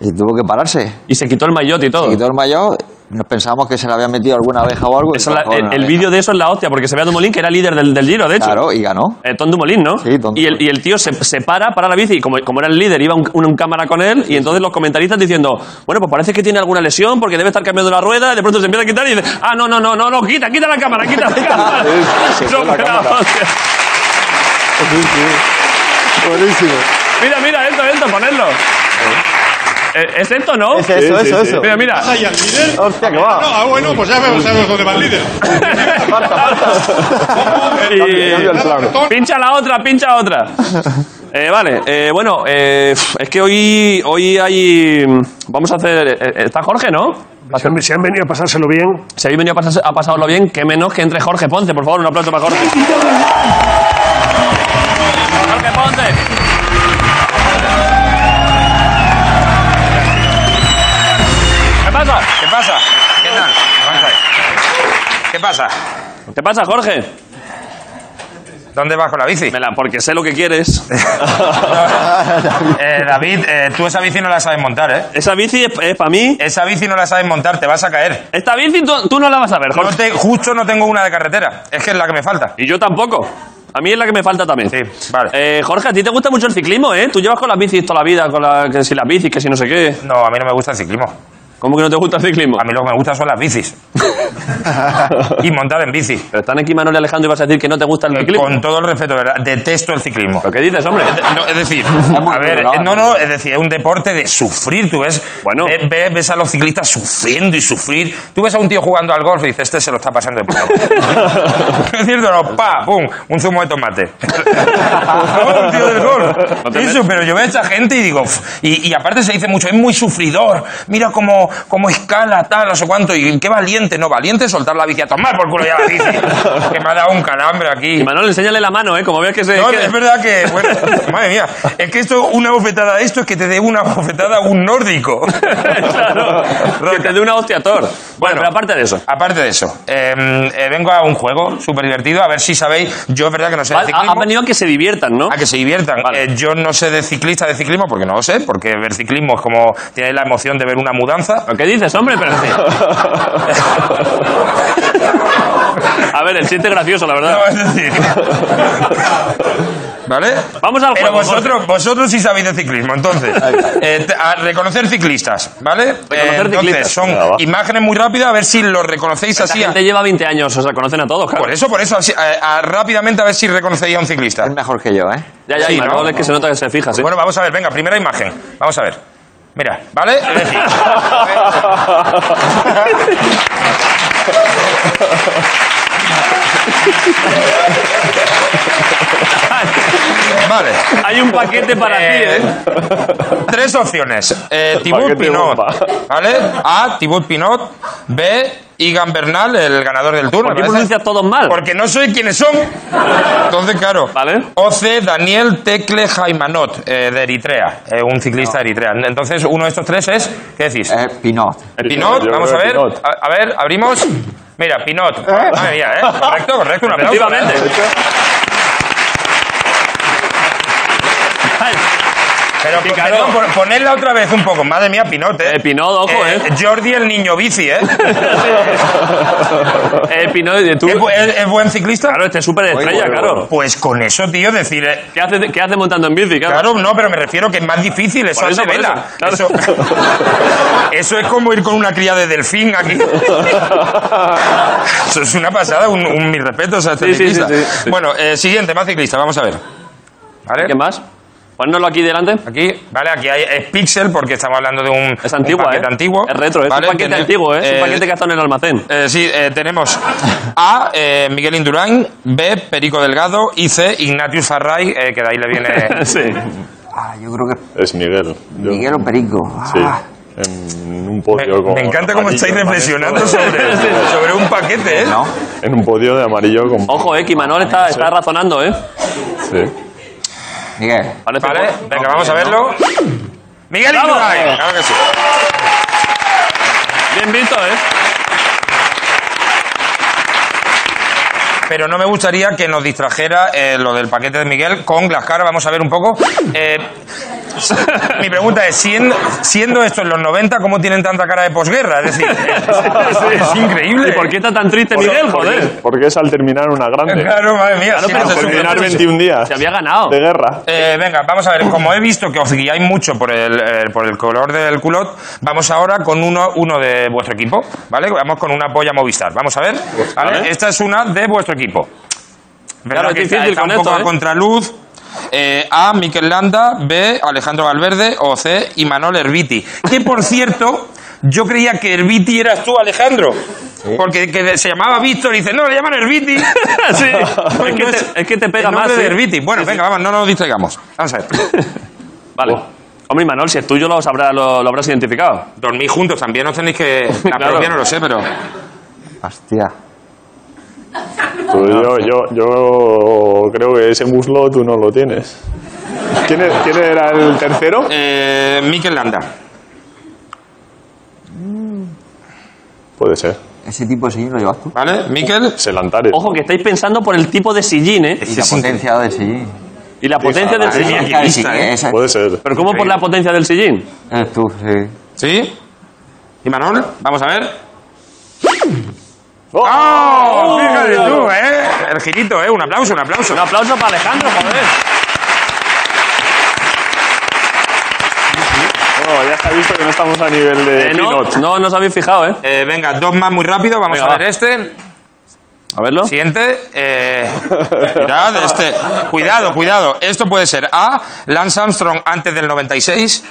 Speaker 8: Y tuvo que pararse.
Speaker 1: Y se quitó el maillot y todo.
Speaker 8: Y todo el mayor, nos pensábamos que se le había metido alguna abeja o algo. y
Speaker 1: Eso la-
Speaker 8: bajó una
Speaker 1: el el
Speaker 8: abeja.
Speaker 1: vídeo de eso es la hostia, porque se ve a Dumoulin que era líder del, del giro, de hecho.
Speaker 8: Claro, y ganó.
Speaker 1: Eh, Tom Dumoulin, ¿no?
Speaker 8: Sí, Tom
Speaker 1: y, el, y el tío se, se para, para la bici, y como, como era el líder, iba un, un- un cámara con él, y entonces los comentaristas diciendo, bueno, pues parece que tiene alguna lesión porque debe estar cambiando la rueda, y de pronto se empieza a quitar y dice, ah, no, no, no, no, no, quita, quita la cámara, quita la cámara.
Speaker 9: Sí, se fue la
Speaker 1: Pero,
Speaker 9: cámara.
Speaker 1: hostia.
Speaker 8: Buenísimo.
Speaker 1: Mira, mira, esto, esto, ponerlo. Eh, ¿Es esto, no?
Speaker 8: Es eso,
Speaker 9: Sí, sí,
Speaker 8: eso,
Speaker 9: sí.
Speaker 8: eso.
Speaker 1: Mira, mira.
Speaker 11: Ahí al líder.
Speaker 8: Hostia, que va.
Speaker 11: Ah, bueno, pues ya sabemos sabemos dónde va el líder.
Speaker 8: Falta, falta.
Speaker 1: Y-
Speaker 11: El ratón.
Speaker 1: Pincha la otra, pincha otra. Eh, vale, eh, bueno, eh, es que hoy, hoy hay. Vamos a hacer. eh, Está Jorge, ¿no?
Speaker 3: Si han, si han venido a pasárselo bien,
Speaker 1: Si habéis venido a, pasas- a pasarlo bien, que menos que entre Jorge Ponce. Por favor, un aplauso para Jorge. Jorge Ponce. ¿Qué pasa?
Speaker 6: ¿Qué pasa? ¿Qué tal? Vamos a ver. ¿Qué pasa?
Speaker 1: ¿Qué pasa, Jorge?
Speaker 6: ¿Dónde vas con la bici?
Speaker 1: Vela, porque sé lo que quieres.
Speaker 6: Eh, David, eh, tú esa bici no la sabes montar, ¿eh?
Speaker 1: Esa bici es, para mí.
Speaker 6: Esa bici no la sabes montar, te vas a caer.
Speaker 1: Esta bici tú, tú no la vas a ver,
Speaker 6: No
Speaker 1: Jorge.
Speaker 6: te- justo no tengo una de carretera. Es que es la que me falta.
Speaker 1: Y yo tampoco. A mí es la que me falta también.
Speaker 6: Sí, vale.
Speaker 1: Eh, Jorge, a ti te gusta mucho el ciclismo, ¿eh? Tú llevas con las bicis toda la vida, con la, que si las bicis, que si no sé qué.
Speaker 6: No, a mí no me gusta el ciclismo. A
Speaker 1: ¿Cómo que no te gusta el ciclismo?
Speaker 6: mí lo que me gusta son las bicis. y montar en bici.
Speaker 1: Pero están aquí Manuel y Alejandro y vas a decir que no te gusta el ciclismo.
Speaker 6: Con todo el respeto, de verdad, detesto el ciclismo.
Speaker 1: ¿Pero qué dices, hombre?
Speaker 6: No, es decir, a ver, eh, no, no, es decir, es un deporte de sufrir, tú ves.
Speaker 1: Bueno.
Speaker 6: ve- ve- Ves, a los ciclistas sufriendo y sufrir. Tú ves a un tío jugando al golf y dices, este se lo está pasando de puta madre". es cierto, no, pa, pum, un zumo de tomate. No, un tío del golf.
Speaker 1: No te
Speaker 6: Eso, pero yo veo a esta gente y digo, "Uf". y, y aparte se dice mucho, es muy sufridor, mira cómo, cómo escala, tal, no sé cuánto, y qué valiente, no, valiente es soltar la bici a tomar por culo ya la bici, que me ha dado un calambre aquí.
Speaker 1: Y Manuel, enséñale la mano, ¿eh? Como veas que se...
Speaker 6: No,
Speaker 1: que-
Speaker 6: es verdad que, bueno, madre mía, es que esto, una bofetada de esto es que te dé una bofetada un nórdico.
Speaker 1: Claro. que te dé una hostia Thor. Bueno, pero aparte de eso.
Speaker 6: Aparte de eso, eh, eh, vengo a un juego súper divertido, a ver si sabéis, yo es verdad que no sé de
Speaker 1: Vale, ha-
Speaker 6: ciclismo,
Speaker 1: han venido a que se diviertan, ¿no?
Speaker 6: a que se diviertan.
Speaker 1: Vale.
Speaker 6: Eh, yo no sé de ciclista, de ciclismo, porque no lo sé, porque ver ciclismo es como tienes la emoción de ver una mudanza.
Speaker 1: ¿Pero qué dices, hombre? Pero... a ver, el chiste es gracioso, la verdad.
Speaker 6: No, es decir. ¿Vale?
Speaker 1: Vamos al
Speaker 6: Pero
Speaker 1: juego,
Speaker 6: vosotros, vosotros sí sabéis de ciclismo, entonces. Eh, te- a reconocer ciclistas, ¿vale? Eh,
Speaker 1: Reconocer
Speaker 6: entonces,
Speaker 1: ciclistas.
Speaker 6: son
Speaker 1: Venga, va.
Speaker 6: imágenes muy rápidas, a ver si los reconocéis
Speaker 1: Esta
Speaker 6: así. a-
Speaker 1: gente lleva 20 años, o sea, conocen a todos, claro.
Speaker 6: Por eso, por eso, así, a- a- rápidamente a ver si reconocéis a un ciclista.
Speaker 8: Es mejor que yo, ¿eh?
Speaker 1: Ya, ya,
Speaker 6: Sí,
Speaker 1: y Manuel
Speaker 6: ¿no?
Speaker 1: es que se nota que se fija, sí.
Speaker 6: Bueno, vamos a ver, venga, primera imagen. Vamos a ver. Mira, ¿vale? Es decir, vale.
Speaker 1: Hay un paquete para ti,
Speaker 6: Eh,
Speaker 1: ¿eh?
Speaker 6: Tres opciones. Eh, Thibaut
Speaker 9: Paquete
Speaker 6: Pinot.
Speaker 9: bomba.
Speaker 6: ¿Vale? A. Thibaut Pinot. B. Igan Bernal, el ganador del turno.
Speaker 1: ¿Por qué
Speaker 6: me parece.
Speaker 1: pronuncias todos mal?
Speaker 6: Porque no soy quienes son. Entonces, claro.
Speaker 1: Vale.
Speaker 6: O C. Daniel Tecle Jaimanot, eh, de Eritrea. eh, un ciclista de Eritrea. Entonces, uno de estos tres es. ¿Qué decís?
Speaker 8: Eh, Pinot.
Speaker 6: Pinot,
Speaker 9: Yo
Speaker 6: vamos a
Speaker 9: creo
Speaker 6: ver.
Speaker 9: Pinot.
Speaker 6: A, a ver, abrimos. Mira, Pinot. Madre mía, ¿eh? Correcto, correcto. Un aplauso.
Speaker 1: Efectivamente.
Speaker 6: ¿eh? Pero
Speaker 1: Picaro.
Speaker 6: perdón, pon- ponedla otra vez un poco. Madre mía, Pinot, ¿eh?
Speaker 1: Eh, Pinot, ojo, ¿eh?
Speaker 6: Jordi el niño bici, ¿eh?
Speaker 1: Eh, Pino, tú...
Speaker 6: ¿Es, bu- es- es buen ciclista?
Speaker 1: Claro, este es súper estrella,
Speaker 9: bueno,
Speaker 1: claro.
Speaker 6: Pues con eso, tío, decir... eh,
Speaker 1: ¿Qué hace, qué hace montando en bici, claro?
Speaker 6: Claro, no, pero me refiero que es más difícil, eso
Speaker 1: Por eso,
Speaker 6: hace
Speaker 1: por
Speaker 6: vela.
Speaker 1: eso,
Speaker 6: Eso, eso es como ir con una cría de delfín aquí. Eso es una pasada, un, un mi respeto a este
Speaker 1: Sí, sí,
Speaker 6: ciclista.
Speaker 1: sí, sí, sí.
Speaker 6: Bueno, eh, siguiente, más ciclista, vamos a ver. ¿Vale?
Speaker 1: ¿Qué más? Ponnoslo aquí delante.
Speaker 6: Aquí, vale, aquí hay, es Pixel porque estamos hablando de un,
Speaker 1: Es
Speaker 6: un
Speaker 1: antigua, ¿eh?
Speaker 6: paquete antiguo.
Speaker 1: Es retro, es
Speaker 6: Vale,
Speaker 1: un paquete
Speaker 6: tener-
Speaker 1: antiguo, ¿eh? Es un
Speaker 6: eh,
Speaker 1: paquete que ha estado en el almacén.
Speaker 6: eh, sí, eh, tenemos A, eh, Miguel Indurain, B, Perico Delgado y C, Ignatius Farray, eh, que de ahí le viene...
Speaker 1: sí.
Speaker 8: Ah, yo creo que
Speaker 9: Es Miguel. Yo-
Speaker 8: Miguel o Perico. Ah,
Speaker 9: Sí. En un
Speaker 6: Me,
Speaker 9: podio con
Speaker 6: me encanta cómo
Speaker 9: amarillo,
Speaker 6: estáis
Speaker 9: amarillo,
Speaker 6: reflexionando sobre, sobre un paquete, ¿eh?
Speaker 8: ¿No?
Speaker 9: En un podio de amarillo con.
Speaker 1: Ojo, eh, que Imanol está, está razonando, eh.
Speaker 9: Sí.
Speaker 8: Miguel.
Speaker 1: Parece
Speaker 6: Vale,
Speaker 1: guapo.
Speaker 6: venga, vamos a verlo. Miguel
Speaker 1: ¡Bravo!
Speaker 6: Indurain, claro que sí.
Speaker 1: Bien visto, eh.
Speaker 6: Pero no me gustaría que nos distrajera eh, lo del paquete de Miguel con las caras. Vamos a ver un poco. Eh, mi pregunta es, siendo, siendo esto en los 90, ¿cómo tienen tanta cara de posguerra? Es decir, es, es increíble.
Speaker 1: ¿Y por qué está tan triste Miguel, joder?
Speaker 9: Porque es al terminar una grande.
Speaker 6: Claro, madre mía. sí,
Speaker 9: Al
Speaker 6: no se supone.
Speaker 9: terminar 21 días
Speaker 1: Se había ganado.
Speaker 9: de guerra.
Speaker 6: Eh, venga, vamos a ver. Como he visto que os guiáis mucho por el, eh, por el color del culot, vamos ahora con uno, uno de vuestro equipo, ¿vale? Vamos con una polla Movistar. Vamos a ver. ¿vale? Esta es una de vuestro equipo. ¿Verdad
Speaker 1: Claro, es
Speaker 6: que está-
Speaker 1: difícil
Speaker 6: está
Speaker 1: con
Speaker 6: un poco
Speaker 1: esto,
Speaker 6: a
Speaker 1: ¿eh?
Speaker 6: contraluz. Eh, A. Miquel Landa. B. Alejandro Valverde. O C. Imanol Herbiti. Que por cierto, yo creía que Herbiti eras tú, Alejandro. Porque que se llamaba Víctor y dice, no, le llaman Herbiti.
Speaker 1: Sí, es que te- es que te pega
Speaker 6: el nombre
Speaker 1: más,
Speaker 6: de
Speaker 1: ¿eh?
Speaker 6: Herbiti. Bueno, venga, vamos, no nos distraigamos. Vamos a ver.
Speaker 1: Vale. Oh. Hombre, Imanol, si es tuyo lo, sabrá- lo, lo habrás identificado.
Speaker 6: Dormí juntos también, os tenéis que... La
Speaker 1: Claro.
Speaker 6: propia no lo sé, pero...
Speaker 8: Hostia.
Speaker 9: Pues yo, yo, yo creo que ese muslo tú no lo tienes. ¿Quién, e- quién era el tercero?
Speaker 6: Eh, Miquel Landa.
Speaker 9: Puede ser.
Speaker 8: Ese tipo de sillín lo llevas tú.
Speaker 6: ¿Vale? Miquel...
Speaker 9: Selantares.
Speaker 1: Ojo, que estáis pensando por el tipo de sillín, ¿eh?
Speaker 8: Y la potencia del sillín.
Speaker 1: Y la potencia del
Speaker 8: La
Speaker 1: sillín.
Speaker 8: potencia del sillín, esa.
Speaker 9: Puede ser.
Speaker 1: ¿Pero cómo por la potencia del sillín?
Speaker 8: Eres tú, sí.
Speaker 6: ¿Sí? Imanol, vamos a ver.
Speaker 9: ¡Oh!
Speaker 6: ¡Oh! Fíjate tú, ¿eh? El girito, ¿eh? Un aplauso, un aplauso.
Speaker 1: Un aplauso para Alejandro, joder.
Speaker 9: Bueno, ya se ha visto que no estamos a nivel de
Speaker 1: Eh, no,
Speaker 9: Pinot.
Speaker 1: no, no os habéis fijado, ¿eh?
Speaker 6: Eh, venga, dos más muy rápido. Vamos
Speaker 1: Venga,
Speaker 6: a ver
Speaker 1: va.
Speaker 6: este.
Speaker 1: A verlo.
Speaker 6: Siguiente. eh, cuidado, este. Cuidado, cuidado. Esto puede ser A. Lance Armstrong antes del 96.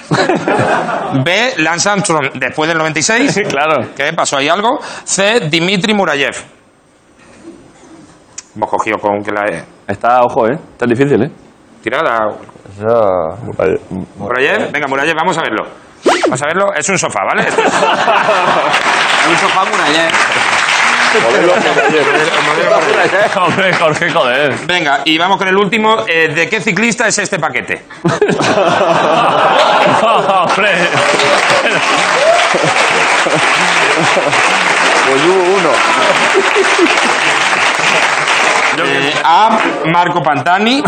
Speaker 6: B. Lance Armstrong después del 96.
Speaker 1: Claro.
Speaker 6: ¿Qué? ¿Pasó ahí algo? C. Dimitri Murayev. Hemos cogido con que la E.
Speaker 1: Está, ojo, ¿eh? Está difícil, ¿eh?
Speaker 6: Tirada.
Speaker 8: Eso.
Speaker 9: Vale.
Speaker 6: Murayev. Venga, Murayev, vamos a verlo. Vamos a verlo. Es un sofá, ¿vale? Esto es-
Speaker 8: Un sofá muralla, ¿eh?
Speaker 9: Modelo Murayev.
Speaker 6: el modelo Murayev.
Speaker 1: Hombre, Jorge, joder.
Speaker 6: Venga, y vamos con el último. Eh, ¿De qué ciclista es este paquete?
Speaker 1: Hombre.
Speaker 9: Pues hubo uno.
Speaker 6: Eh, A. Marco Pantani.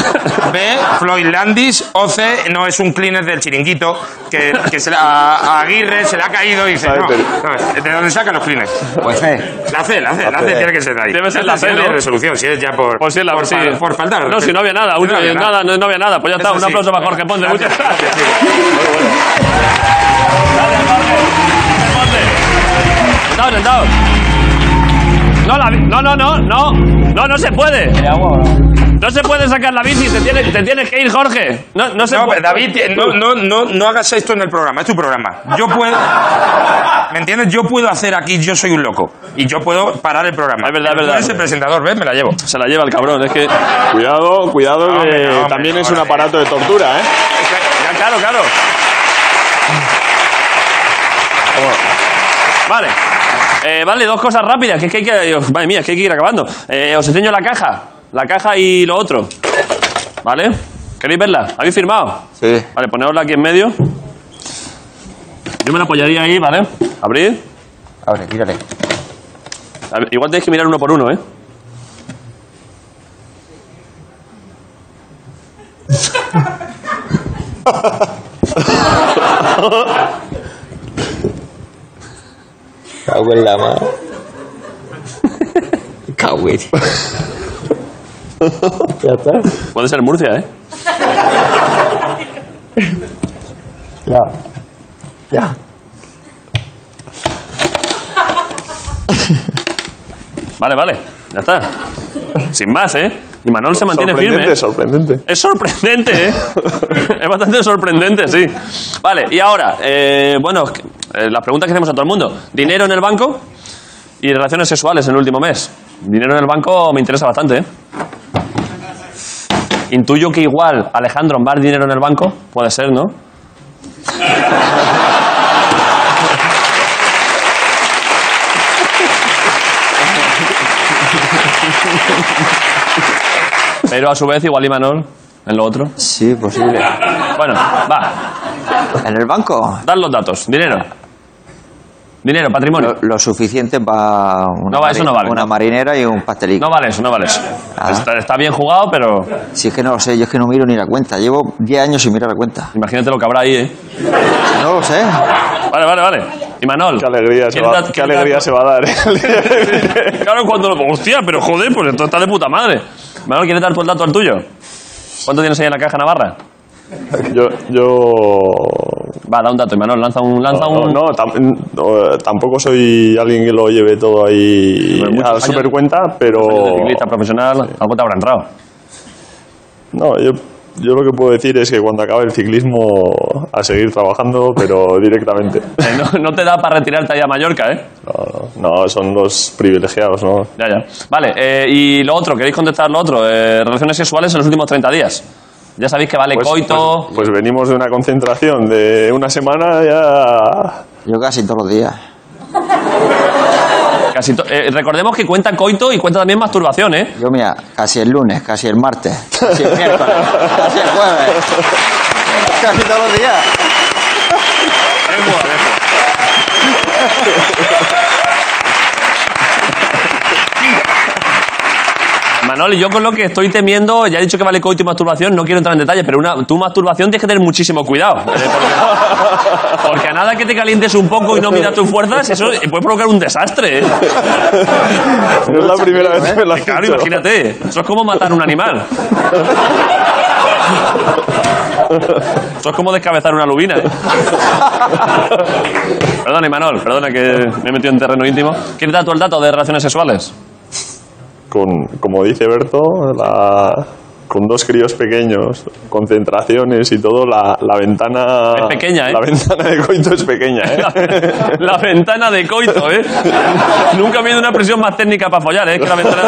Speaker 6: B. Floyd Landis. O C. No es un cleaner del chiringuito. Que, que se le- a, a Aguirre se le ha caído y dice: no, no, ¿De dónde sacan los cleaners?
Speaker 8: Pues eh.
Speaker 6: La C, la C, la C tiene que ser de ahí.
Speaker 1: Debe ser la
Speaker 6: Esta
Speaker 1: C,
Speaker 6: sí
Speaker 1: ¿no?
Speaker 6: tiene resolución, si es ya por.
Speaker 1: Pues sí, la
Speaker 6: por,
Speaker 1: sí.
Speaker 6: fal- por faltar.
Speaker 1: No, si no había nada.
Speaker 6: No había
Speaker 1: nada, no, no había nada. Pues ya está.
Speaker 6: Eso
Speaker 1: Un
Speaker 6: sí.
Speaker 1: aplauso para Jorge Ponte. Muchas gracias. Sentaos, sentaos. No, la vi- no, no, no, no. No, no se puede. No se puede sacar la bici. Te tienes, te tienes que ir, Jorge. No, no se
Speaker 6: No,
Speaker 1: puede.
Speaker 6: pero David, eh, no, no, no, no hagas esto en el programa, es tu programa. Yo puedo. ¿Me entiendes? Yo puedo hacer aquí, yo soy un loco. Y yo puedo parar el programa.
Speaker 1: Es verdad, es
Speaker 6: Tú
Speaker 1: verdad.
Speaker 6: eres el presentador, ¿ves? Me la llevo.
Speaker 1: Se la lleva el cabrón. Es que. Ya,
Speaker 9: Cuidado, cuidado, que
Speaker 6: Hombre, hombre,
Speaker 9: también es un
Speaker 6: hombre.
Speaker 9: aparato de tortura, ¿eh?
Speaker 1: claro, claro. Vale. Eh, vale, dos cosas rápidas. Que es que hay que. oh, Madre mía, es que hay que ir acabando. Eh, os enseño la caja. La caja y lo otro. ¿Vale? ¿Queréis verla? ¿Habéis firmado?
Speaker 8: Sí.
Speaker 1: Vale, poneosla aquí en medio. Yo me la apoyaría ahí, ¿vale? Abrid.
Speaker 8: Abre, tírale.
Speaker 1: A ver, Igual tenéis que mirar uno por uno, ¿eh?
Speaker 8: Cago en la mano. Cago en. Ya está.
Speaker 1: Puede ser Murcia, ¿eh?
Speaker 8: Ya. Ya.
Speaker 1: Vale, vale. Ya está. Sin más, ¿eh? Y Manol se mantiene firme.
Speaker 9: Sorprendente,
Speaker 1: ¿eh?
Speaker 9: sorprendente.
Speaker 1: Es sorprendente, ¿eh? es bastante sorprendente, sí. Vale, y ahora, eh, bueno, es que, eh, las preguntas que hacemos a todo el mundo. Dinero en el banco y relaciones sexuales en el último mes. Dinero en el banco me interesa bastante, ¿eh? Intuyo que igual, Alejandro, más dinero en el banco, puede ser, ¿no? Pero a su vez igual Imanol en lo otro.
Speaker 8: Sí, posible.
Speaker 1: Bueno, va,
Speaker 8: ¿En el banco?
Speaker 1: dad los datos. Dinero. Dinero, patrimonio.
Speaker 8: Lo, lo suficiente para una,
Speaker 1: No va, eso no vale.
Speaker 8: una marinera y un pastelito.
Speaker 1: No vale eso, no vale eso.
Speaker 8: Ah.
Speaker 1: Está, está bien jugado, pero
Speaker 8: Si es que no lo sé, yo es que no miro ni la cuenta. Llevo 10 años sin mirar la cuenta.
Speaker 1: imagínate lo que habrá ahí, ¿eh?
Speaker 8: No lo sé.
Speaker 1: Vale, vale, vale. Y Manol.
Speaker 9: Qué alegría, se
Speaker 1: ¿quieres
Speaker 9: va,
Speaker 1: dar-
Speaker 9: qué
Speaker 1: quieres dar-
Speaker 9: alegría se va a dar. ¿eh?
Speaker 1: Claro, cuando lo. Hostia, pero joder, pues esto está de puta madre. Manol, ¿quieres dar tu el dato al tuyo? ¿Cuánto tienes ahí en la caja Navarra?
Speaker 9: Yo, yo...
Speaker 1: Va, da un dato, Manol, lanza un. Lanza
Speaker 9: No,
Speaker 1: un...
Speaker 9: no, tam- no, eh, tampoco soy alguien que lo lleve todo ahí
Speaker 1: Hombre,
Speaker 9: a
Speaker 1: muchos
Speaker 9: la
Speaker 1: años-
Speaker 9: supercuenta, pero...
Speaker 1: Ciclista profesional, algo te habrá entrado.
Speaker 9: No, yo Yo lo que puedo decir es que cuando acabe el ciclismo a seguir trabajando, pero directamente.
Speaker 1: Eh, No, no te da para retirarte allá a Mallorca, ¿eh?
Speaker 9: No, no, no, son los privilegiados, ¿no?
Speaker 1: Ya, ya. Vale, eh, y lo otro, ¿queréis contestar lo otro? Eh, relaciones sexuales en los últimos 30 días. Ya sabéis que vale
Speaker 9: Pues-
Speaker 1: coito.
Speaker 9: Pues, pues venimos de una concentración de una semana ya.
Speaker 8: Yo casi todos los días.
Speaker 9: pues,
Speaker 1: Casi to- eh, recordemos que cuenta coito y cuenta también masturbación, ¿eh?
Speaker 8: Yo, mira, casi el lunes, casi el martes, casi el miércoles, casi el jueves. Casi todos los días.
Speaker 1: Manoli, yo con lo que estoy temiendo, ya he dicho que vale coito y masturbación, no quiero entrar en detalles, pero una, tu masturbación tienes que tener muchísimo cuidado. eh, Porque, porque a nada que te calientes un poco y no midas tus fuerzas, eso puede provocar un desastre. eh.
Speaker 9: No es la primera vez que me la has
Speaker 1: Claro,
Speaker 9: hecho.
Speaker 1: imagínate, eso es como matar un animal. Eso es como descabezar una lubina. eh. Perdona, Imanol, perdona que me he metido en terreno íntimo. ¿Quieres dar tú el dato de relaciones sexuales?
Speaker 9: Con, como dice Berto, la- con dos críos pequeños, concentraciones y todo, la, la ventana.
Speaker 1: Es pequeña, ¿eh?
Speaker 9: La ventana de coito es pequeña, ¿eh?
Speaker 1: La, la ventana de coito, ¿eh? Nunca he habido una presión más técnica para follar, ¿eh? Que la ventana,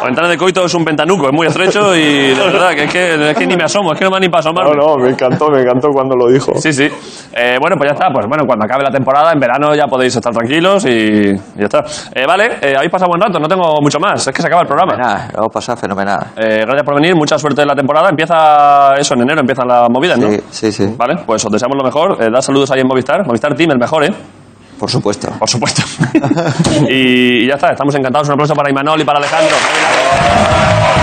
Speaker 1: la ventana de coito es un pentanuco, es muy estrecho y de verdad que es que, es que ni me asomo, es que no me da ni para asomar.
Speaker 9: No, no, me encantó, me encantó cuando lo dijo.
Speaker 1: Sí, sí. Eh, bueno, pues ya está. Pues bueno, cuando acabe la temporada, en verano ya podéis estar tranquilos y, y ya está. Eh, vale, eh, habéis pasado buen rato, no tengo mucho más. Es que se acaba el programa.
Speaker 8: Nada, lo he pasado fenomenal.
Speaker 1: Eh, gracias por venir, mucha suerte en la temporada. Empieza eso, en enero empiezan las movidas, ¿no?
Speaker 8: Sí, sí, sí,
Speaker 1: Vale, pues os deseamos lo mejor. Eh, da saludos ahí en Movistar. Movistar Team, el mejor, ¿eh?
Speaker 8: por supuesto.
Speaker 1: Por supuesto. y, y ya está, estamos encantados. Un aplauso para Imanol y para Alejandro.